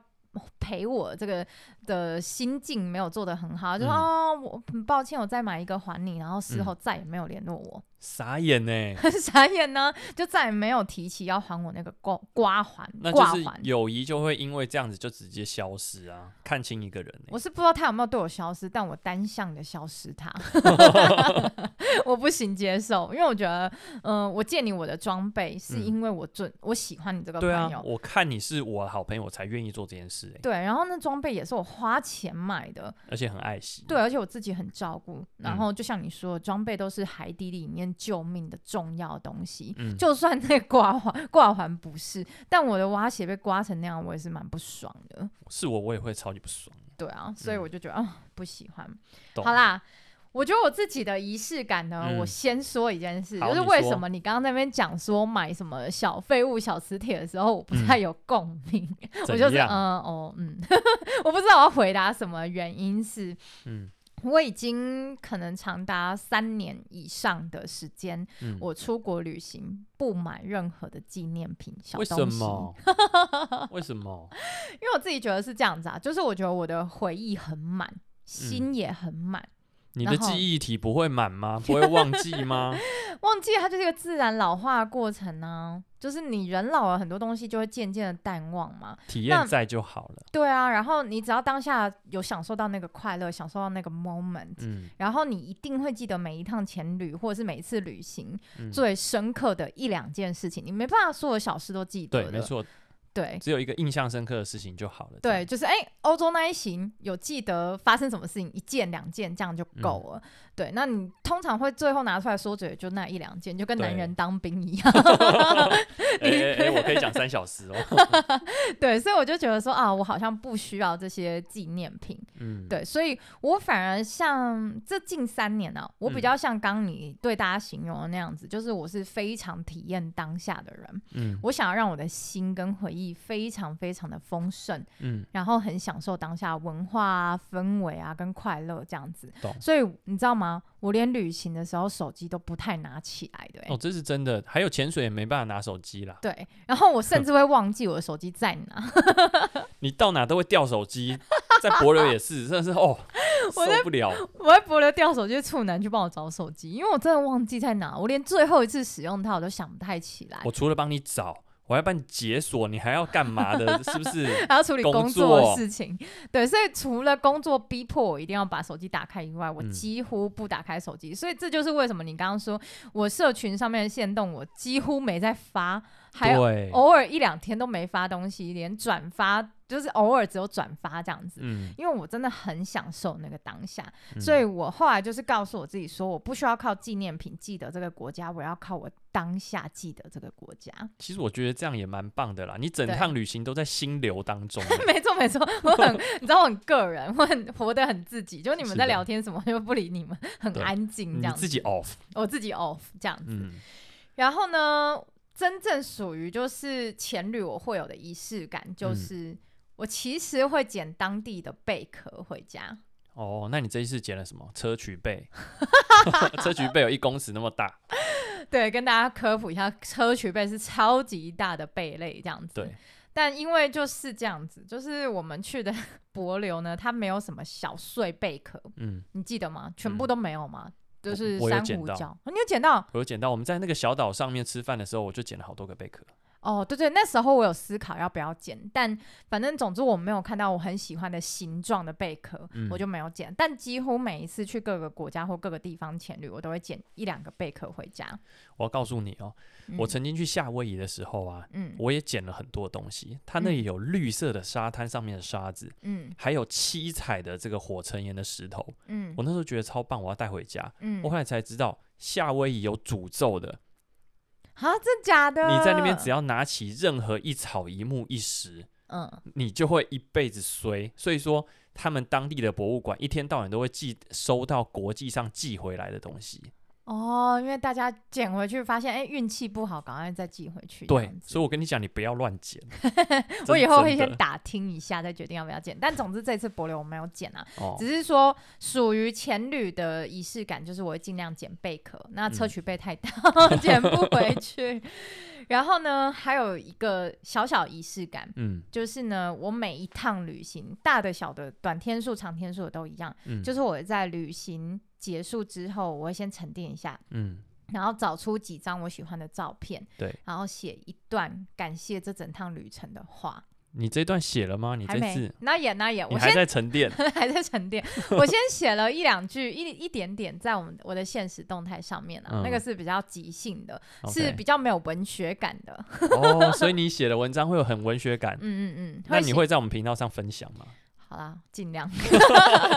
Speaker 1: 赔我这个的心境没有做得很好，就说、
Speaker 2: 嗯
Speaker 1: 哦，我很抱歉，我再买一个还你，然后事后再也没有联络我，
Speaker 2: 傻眼 呢。
Speaker 1: 傻眼呢，就再也没有提起要还我那个刮刮环
Speaker 2: 那就
Speaker 1: 挂
Speaker 2: 是
Speaker 1: 环。
Speaker 2: 友谊就会因为这样子就直接消失啊，看清一个人欸。
Speaker 1: 我是不知道他有没有对我消失，但我单向的消失 他，我不行接受，因为我觉得，嗯、我借你我的装备是
Speaker 2: 嗯
Speaker 1: 因为我尊、我喜欢你这个朋
Speaker 2: 对
Speaker 1: 友，
Speaker 2: 啊，我看你是我的好朋友，我才愿意做这件事欸，
Speaker 1: 对，然后那装备也是我花钱买的，
Speaker 2: 而且很爱惜。
Speaker 1: 对，而且我自己很照顾。
Speaker 2: 嗯
Speaker 1: 然后就像你说，装备都是海底里面救命的重要东西。
Speaker 2: 嗯，
Speaker 1: 就算那个挂环挂环不是， 但我的蛙鞋被刮成那样，我也是蛮不爽的。
Speaker 2: 是我，我也会超级不爽。
Speaker 1: 对啊，所以
Speaker 2: 嗯
Speaker 1: 我就觉得、哦，不喜欢。
Speaker 2: 懂
Speaker 1: 好，啦，我觉得我自己的仪式感呢，
Speaker 2: 嗯
Speaker 1: 我先说一件事，
Speaker 2: 好
Speaker 1: 就是
Speaker 2: 你
Speaker 1: 为
Speaker 2: 说
Speaker 1: 什么你刚刚在那边讲说买什么小废物、小磁铁的时候，我不
Speaker 2: 嗯
Speaker 1: 太有共鸣。 我
Speaker 2: 怎
Speaker 1: 就是嗯
Speaker 2: 样？
Speaker 1: 哦嗯， 我不知道我要回答什么原因是。
Speaker 2: 嗯
Speaker 1: 我已经可能长达三年以上的时间，
Speaker 2: 嗯，
Speaker 1: 我出国旅行不买任何的纪念品、小
Speaker 2: 为什
Speaker 1: 东西，
Speaker 2: 么？为什么？
Speaker 1: 因为我自己觉得是这样子啊，就是我觉得我的回忆很满，心
Speaker 2: 嗯
Speaker 1: 也很满，
Speaker 2: 你
Speaker 1: 然
Speaker 2: 的
Speaker 1: 后
Speaker 2: 记忆体不会满吗？不会忘 记吗？
Speaker 1: 忘记它就是一个自然老化的过程呢、就是你人老了，很多东西就会渐渐的淡忘嘛。
Speaker 2: 体
Speaker 1: 那
Speaker 2: 验在就好了。
Speaker 1: 对啊，然后你只要当下有享受到那个快乐，享受到那个 moment，、
Speaker 2: 嗯，
Speaker 1: 然后你一定会记得每一趟前旅或者是每一次旅行，
Speaker 2: 嗯
Speaker 1: 最深刻的一两件事情，你没办法所有小事都记得
Speaker 2: 对，
Speaker 1: 的。
Speaker 2: 没错，
Speaker 1: 对
Speaker 2: 只有一个印象深刻的事情就好了。这
Speaker 1: 对，
Speaker 2: 样，
Speaker 1: 就是哎，欧、洲那一行有记得发生什么事情，一件两件这样就
Speaker 2: 嗯
Speaker 1: 够了。对，那你通常会最后拿出来说嘴，就那一两件，就跟男
Speaker 2: 对
Speaker 1: 人当兵一样。
Speaker 2: 哎哎哎，我可以讲三小 时哦。
Speaker 1: 对，所以我就觉得说啊，我好像不需要这些纪念品。
Speaker 2: 嗯，
Speaker 1: 对，所以我反而像这近三年呢、啊，我比
Speaker 2: 嗯
Speaker 1: 较像刚你对大家形容的那样子，就是我是非常体验当下的人，
Speaker 2: 嗯
Speaker 1: 我想要让我的心跟回忆非常非常的丰盛，
Speaker 2: 嗯，
Speaker 1: 然后很享受当下文化啊、氛围啊跟快乐这样子
Speaker 2: 懂。
Speaker 1: 所以你知道吗？我连旅行的时候手机都不太拿起来的、欸。
Speaker 2: 哦，这是真的。还有潜水也没办法拿手机啦，
Speaker 1: 对，然后我甚至会忘记我的手机在哪，
Speaker 2: 你到哪都会掉手机，在博流也是，真的是哦，
Speaker 1: 我在
Speaker 2: 受 不了。
Speaker 1: 我会博流掉手机，处男去帮我找手机，因为我真的忘记在哪，我连最后一次使用它我都想不太起来
Speaker 2: 我。除了帮你找，我还帮你解锁，你还要干嘛的？是不是？
Speaker 1: 还要处理
Speaker 2: 工
Speaker 1: 工作的
Speaker 2: 作哦
Speaker 1: 事情，对，所以除了工作逼迫我一定要把手机打开以外，我
Speaker 2: 嗯
Speaker 1: 几乎不打开手机，所以这就是为什么你刚刚说我社群上面的限动我几乎没在发，还有哦
Speaker 2: 对，
Speaker 1: 偶尔一两天都没发东西，连转发就是偶尔只有转发这样子。
Speaker 2: 嗯，
Speaker 1: 因为我真的很享受那个当下，
Speaker 2: 嗯
Speaker 1: 所以我后来就是告诉我自己说，我不需要靠纪念品记得这个国家，我要靠我当下记得这个国家。
Speaker 2: 其实我觉得这样也蛮棒的啦。你整
Speaker 1: 对，
Speaker 2: 趟旅行都在心流当中 欸
Speaker 1: 没错没 错，我很你知道我很个人，我很活得很自己，就你们
Speaker 2: 是
Speaker 1: 在
Speaker 2: 的
Speaker 1: 聊天什么就不理你们，很
Speaker 2: 对
Speaker 1: 安静
Speaker 2: 你
Speaker 1: 这样
Speaker 2: 自
Speaker 1: 子。
Speaker 2: 己 off。
Speaker 1: 我自己 off 这样子。
Speaker 2: 嗯
Speaker 1: 然后呢，真正属于就是前旅我会有的仪式感，就
Speaker 2: 嗯
Speaker 1: 是、我其实会捡当地的贝壳回家。
Speaker 2: 哦，那你这一次捡了什么？砗磲 贝，砗磲贝有一公尺那么大。
Speaker 1: 对，跟大家科普一下，砗磲贝是超级大的贝类这样子。
Speaker 2: 对，
Speaker 1: 但因为就是这样子，就是我们去的 帛琉呢，它没有什么小碎贝壳，
Speaker 2: 嗯，
Speaker 1: 你记得吗？全部都没有吗？就
Speaker 2: 我
Speaker 1: 是
Speaker 2: 我有
Speaker 1: 珊
Speaker 2: 捡
Speaker 1: 瑚
Speaker 2: 到
Speaker 1: 礁，哦你有捡到？
Speaker 2: 我有捡到。我们在那个小岛上面吃饭的时候，我就捡了好多个贝壳。
Speaker 1: 哦，对对，那时候我有思考要不要捡，但反正总之我没有看到我很喜欢的形状的贝壳，
Speaker 2: 嗯
Speaker 1: 我就没有捡。但几乎每一次去各个国家或各个地方潜旅，我都会捡一两个贝壳回家。
Speaker 2: 我要告诉你哦，
Speaker 1: 嗯
Speaker 2: 我曾经去夏威夷的时候啊，
Speaker 1: 嗯
Speaker 2: 我也捡了很多东西。它那里有绿色的沙滩上面的沙子，
Speaker 1: 嗯
Speaker 2: 还有七彩的这个火成岩的石头。
Speaker 1: 嗯
Speaker 2: 我那时候觉得超棒，我要带回家。
Speaker 1: 嗯
Speaker 2: 我后来才知道，夏威夷有诅咒的，
Speaker 1: 啊，真假的？
Speaker 2: 你在那边只
Speaker 1: 要
Speaker 2: 要拿起任何一草一木一石，
Speaker 1: 嗯
Speaker 2: 你就会一辈子衰。所以说，他们当地的博物馆一天到晚都会寄收到国际上寄回来的东西。
Speaker 1: 哦，因为大家捡回去发现，哎，运气不好，赶快再寄回去。这
Speaker 2: 对
Speaker 1: 样，子。
Speaker 2: 所以我跟你讲，你不要乱捡
Speaker 1: 我以后会
Speaker 2: 真的
Speaker 1: 先打听一下，再决定要不要捡。但总之这次柏流我没有捡啊，
Speaker 2: 哦
Speaker 1: 只是说属于前旅的仪式感，就是我会尽量捡贝壳，
Speaker 2: 嗯
Speaker 1: 那砗磲贝太大， 捡不回去。 然后呢，还有一个小小仪式感，
Speaker 2: 嗯
Speaker 1: 就是呢，我每一趟旅行，大的、小的、短天数、长天数的都一样，
Speaker 2: 嗯，
Speaker 1: 就是我在旅行结束之后，我会先沉淀一下，
Speaker 2: 嗯
Speaker 1: 然后找出几张我喜欢的照片，
Speaker 2: 对，
Speaker 1: 然后写一段感谢这整趟旅程的话。
Speaker 2: 你这段写了吗？你
Speaker 1: 还
Speaker 2: 这
Speaker 1: 没
Speaker 2: 次，
Speaker 1: 那也那也，
Speaker 2: 你
Speaker 1: 我
Speaker 2: 还
Speaker 1: 先
Speaker 2: 在沉 淀
Speaker 1: 还在沉 淀。我先写了一两句，一一点点在我们我的现实动态上面啊，
Speaker 2: 嗯
Speaker 1: 那个是比较即兴的，是
Speaker 2: OK
Speaker 1: 比较没有文学感的。
Speaker 2: 哦，所以你写的文章会有很文学感。
Speaker 1: 嗯嗯嗯，
Speaker 2: 那你
Speaker 1: 写
Speaker 2: 会在我们频道上分享吗？
Speaker 1: 好啦，尽量。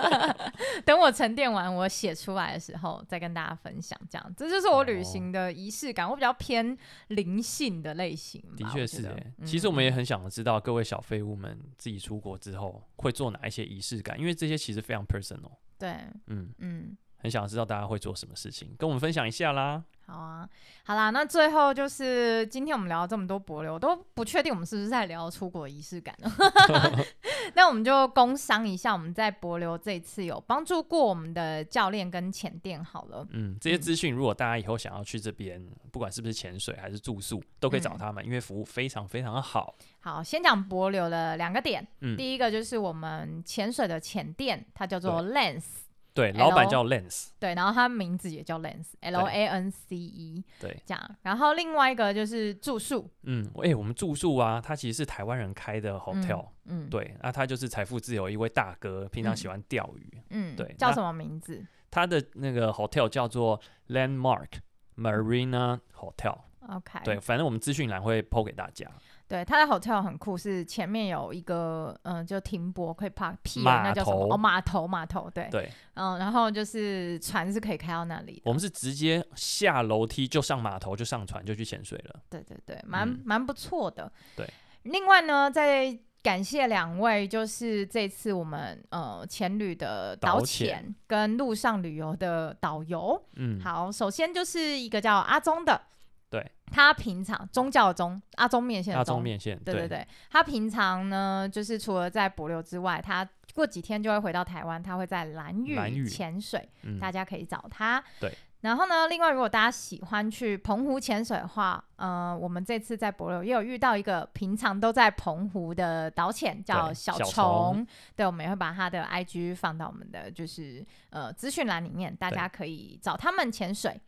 Speaker 1: 等我沉淀完，我写出来的时候再跟大家分享。这样，这就是我旅行的仪式感。我比较偏灵性的类型吧，
Speaker 2: 的
Speaker 1: 我觉
Speaker 2: 确是
Speaker 1: 得
Speaker 2: 耶
Speaker 1: 嗯
Speaker 2: 其实我们也很想知道各位小废物们自己出国之后会做哪一些仪式感，因为这些其实非常 personal。
Speaker 1: 对，
Speaker 2: 嗯，
Speaker 1: 嗯。
Speaker 2: 很想知道大家会做什么事情，跟我们分享一 下啦。
Speaker 1: 好啊，好啦，那最后就是今天我们聊了这么多博流，我都不确定我们是不是在聊出国仪式感了。那我们就工商一下，我们在博流这一次有帮助过我们的教练跟前店好了。
Speaker 2: 嗯，这些
Speaker 1: 嗯
Speaker 2: 资讯如果大家以后想要去这边，不管是不是潜水还是住宿，都可以找
Speaker 1: 嗯
Speaker 2: 他们，因为服务非常非常的好。
Speaker 1: 好，先讲博流的两个点，
Speaker 2: 嗯
Speaker 1: 第一个就是我们潜水的前店，它叫做 Lens。
Speaker 2: 对，老板
Speaker 1: Hello
Speaker 2: 叫 Lens，
Speaker 1: 对，然后它名字也叫 Lens，L A N C E
Speaker 2: 对，
Speaker 1: 这样。然后另外一个就是住宿
Speaker 2: 嗯，哎、我们住宿啊，他其实是台湾人开的 hotel，、
Speaker 1: 嗯，嗯，
Speaker 2: 对，那他就是财富自由一位大哥，平常喜欢钓鱼，
Speaker 1: 嗯，
Speaker 2: 对
Speaker 1: 叫
Speaker 2: 那
Speaker 1: 什么名字？
Speaker 2: 他的那个 hotel 叫做 Landmark Marina Hotel，
Speaker 1: OK，
Speaker 2: 对，反正我们资讯栏会 PO 给大家。
Speaker 1: 对，它的 hotel 很酷，是前面有一个嗯，就停泊可以 park 屁的那叫什
Speaker 2: 码
Speaker 1: 么？
Speaker 2: 头
Speaker 1: 哦，码头，码头，对，
Speaker 2: 对，
Speaker 1: 嗯，然后就是船是可以开到那里的，
Speaker 2: 我们是直接下楼梯就上码头就上船就去潜水了。
Speaker 1: 对对对，蛮
Speaker 2: 嗯
Speaker 1: 蛮不错的。
Speaker 2: 对，
Speaker 1: 另外呢，再感谢两位，就是这次我们呃前旅的导
Speaker 2: 导潜
Speaker 1: 潜跟路上旅游的导游。
Speaker 2: 嗯，
Speaker 1: 好，首先就是一个叫阿忠的，
Speaker 2: 对，
Speaker 1: 他平常宗教的宗阿忠面线
Speaker 2: 大
Speaker 1: 的
Speaker 2: 中
Speaker 1: 宗，
Speaker 2: 面线，
Speaker 1: 对对
Speaker 2: 对，
Speaker 1: 对，他平常呢就是除了在帛琉之外，他过几天就会回到台湾，他会在兰
Speaker 2: 兰屿
Speaker 1: 屿潜水。
Speaker 2: 嗯，
Speaker 1: 大家可以找他。
Speaker 2: 对。
Speaker 1: 然后呢，另外如果大家喜欢去澎湖潜水的话，呃，我们这次在博流也有遇到一个平常都在澎湖的导潜叫
Speaker 2: 对
Speaker 1: 小
Speaker 2: 小
Speaker 1: 虫，
Speaker 2: 虫
Speaker 1: 对，我们也会把他的 IG 放到我们的就是呃资讯栏里面，大
Speaker 2: 对
Speaker 1: 家可以找他们潜水。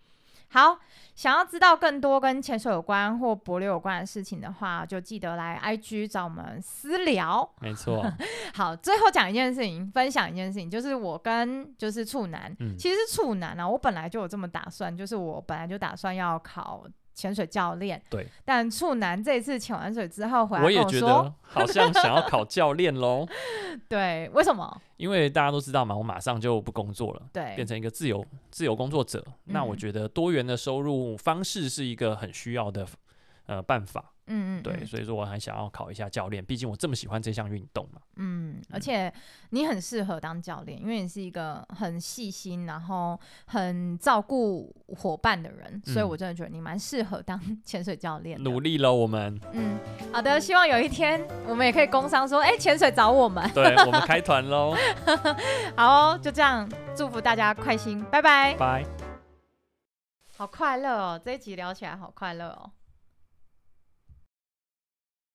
Speaker 1: 好，想要知道更多跟潜水有关或博流有关的事情的话，就记得来 IG 找我们私聊。
Speaker 2: 没错，
Speaker 1: 好，最后讲一件事情，分享一件事情，就是我跟就是处男，
Speaker 2: 嗯
Speaker 1: 其实是处男啊，我本来就有这么打算，就是我本来就打算要考潜水教练，
Speaker 2: 对，
Speaker 1: 但处男这次潜完水之后回来
Speaker 2: 我
Speaker 1: 跟
Speaker 2: 也
Speaker 1: 我
Speaker 2: 觉
Speaker 1: 说，
Speaker 2: 得好像想要考教练喽，
Speaker 1: 对，为什么？
Speaker 2: 因为大家都知道嘛，我马上就不工作了。变
Speaker 1: 对，
Speaker 2: 成一个自由自由工作者，那我
Speaker 1: 嗯
Speaker 2: 觉得多元的收入方式是一个很需要的呃办法，
Speaker 1: 嗯嗯，
Speaker 2: 对，
Speaker 1: 嗯
Speaker 2: 所以说我还想要考一下教练，毕竟我这么喜欢这项运动嘛，
Speaker 1: 嗯，而且你很适合当教练，因为你是一个很细心，然后很照顾伙伴的人，所以
Speaker 2: 嗯
Speaker 1: 我真的觉得你蛮适合当 潜水教练的
Speaker 2: 努。力喽，我们，
Speaker 1: 嗯，好的，希望有一天我们也可以工商说，哎、潜水找我们。
Speaker 2: 对我们开 团喽，
Speaker 1: 好哦，就这样，祝福大家快心，拜拜。
Speaker 2: 拜。
Speaker 1: 好快乐哦，这一集聊起来好快乐哦。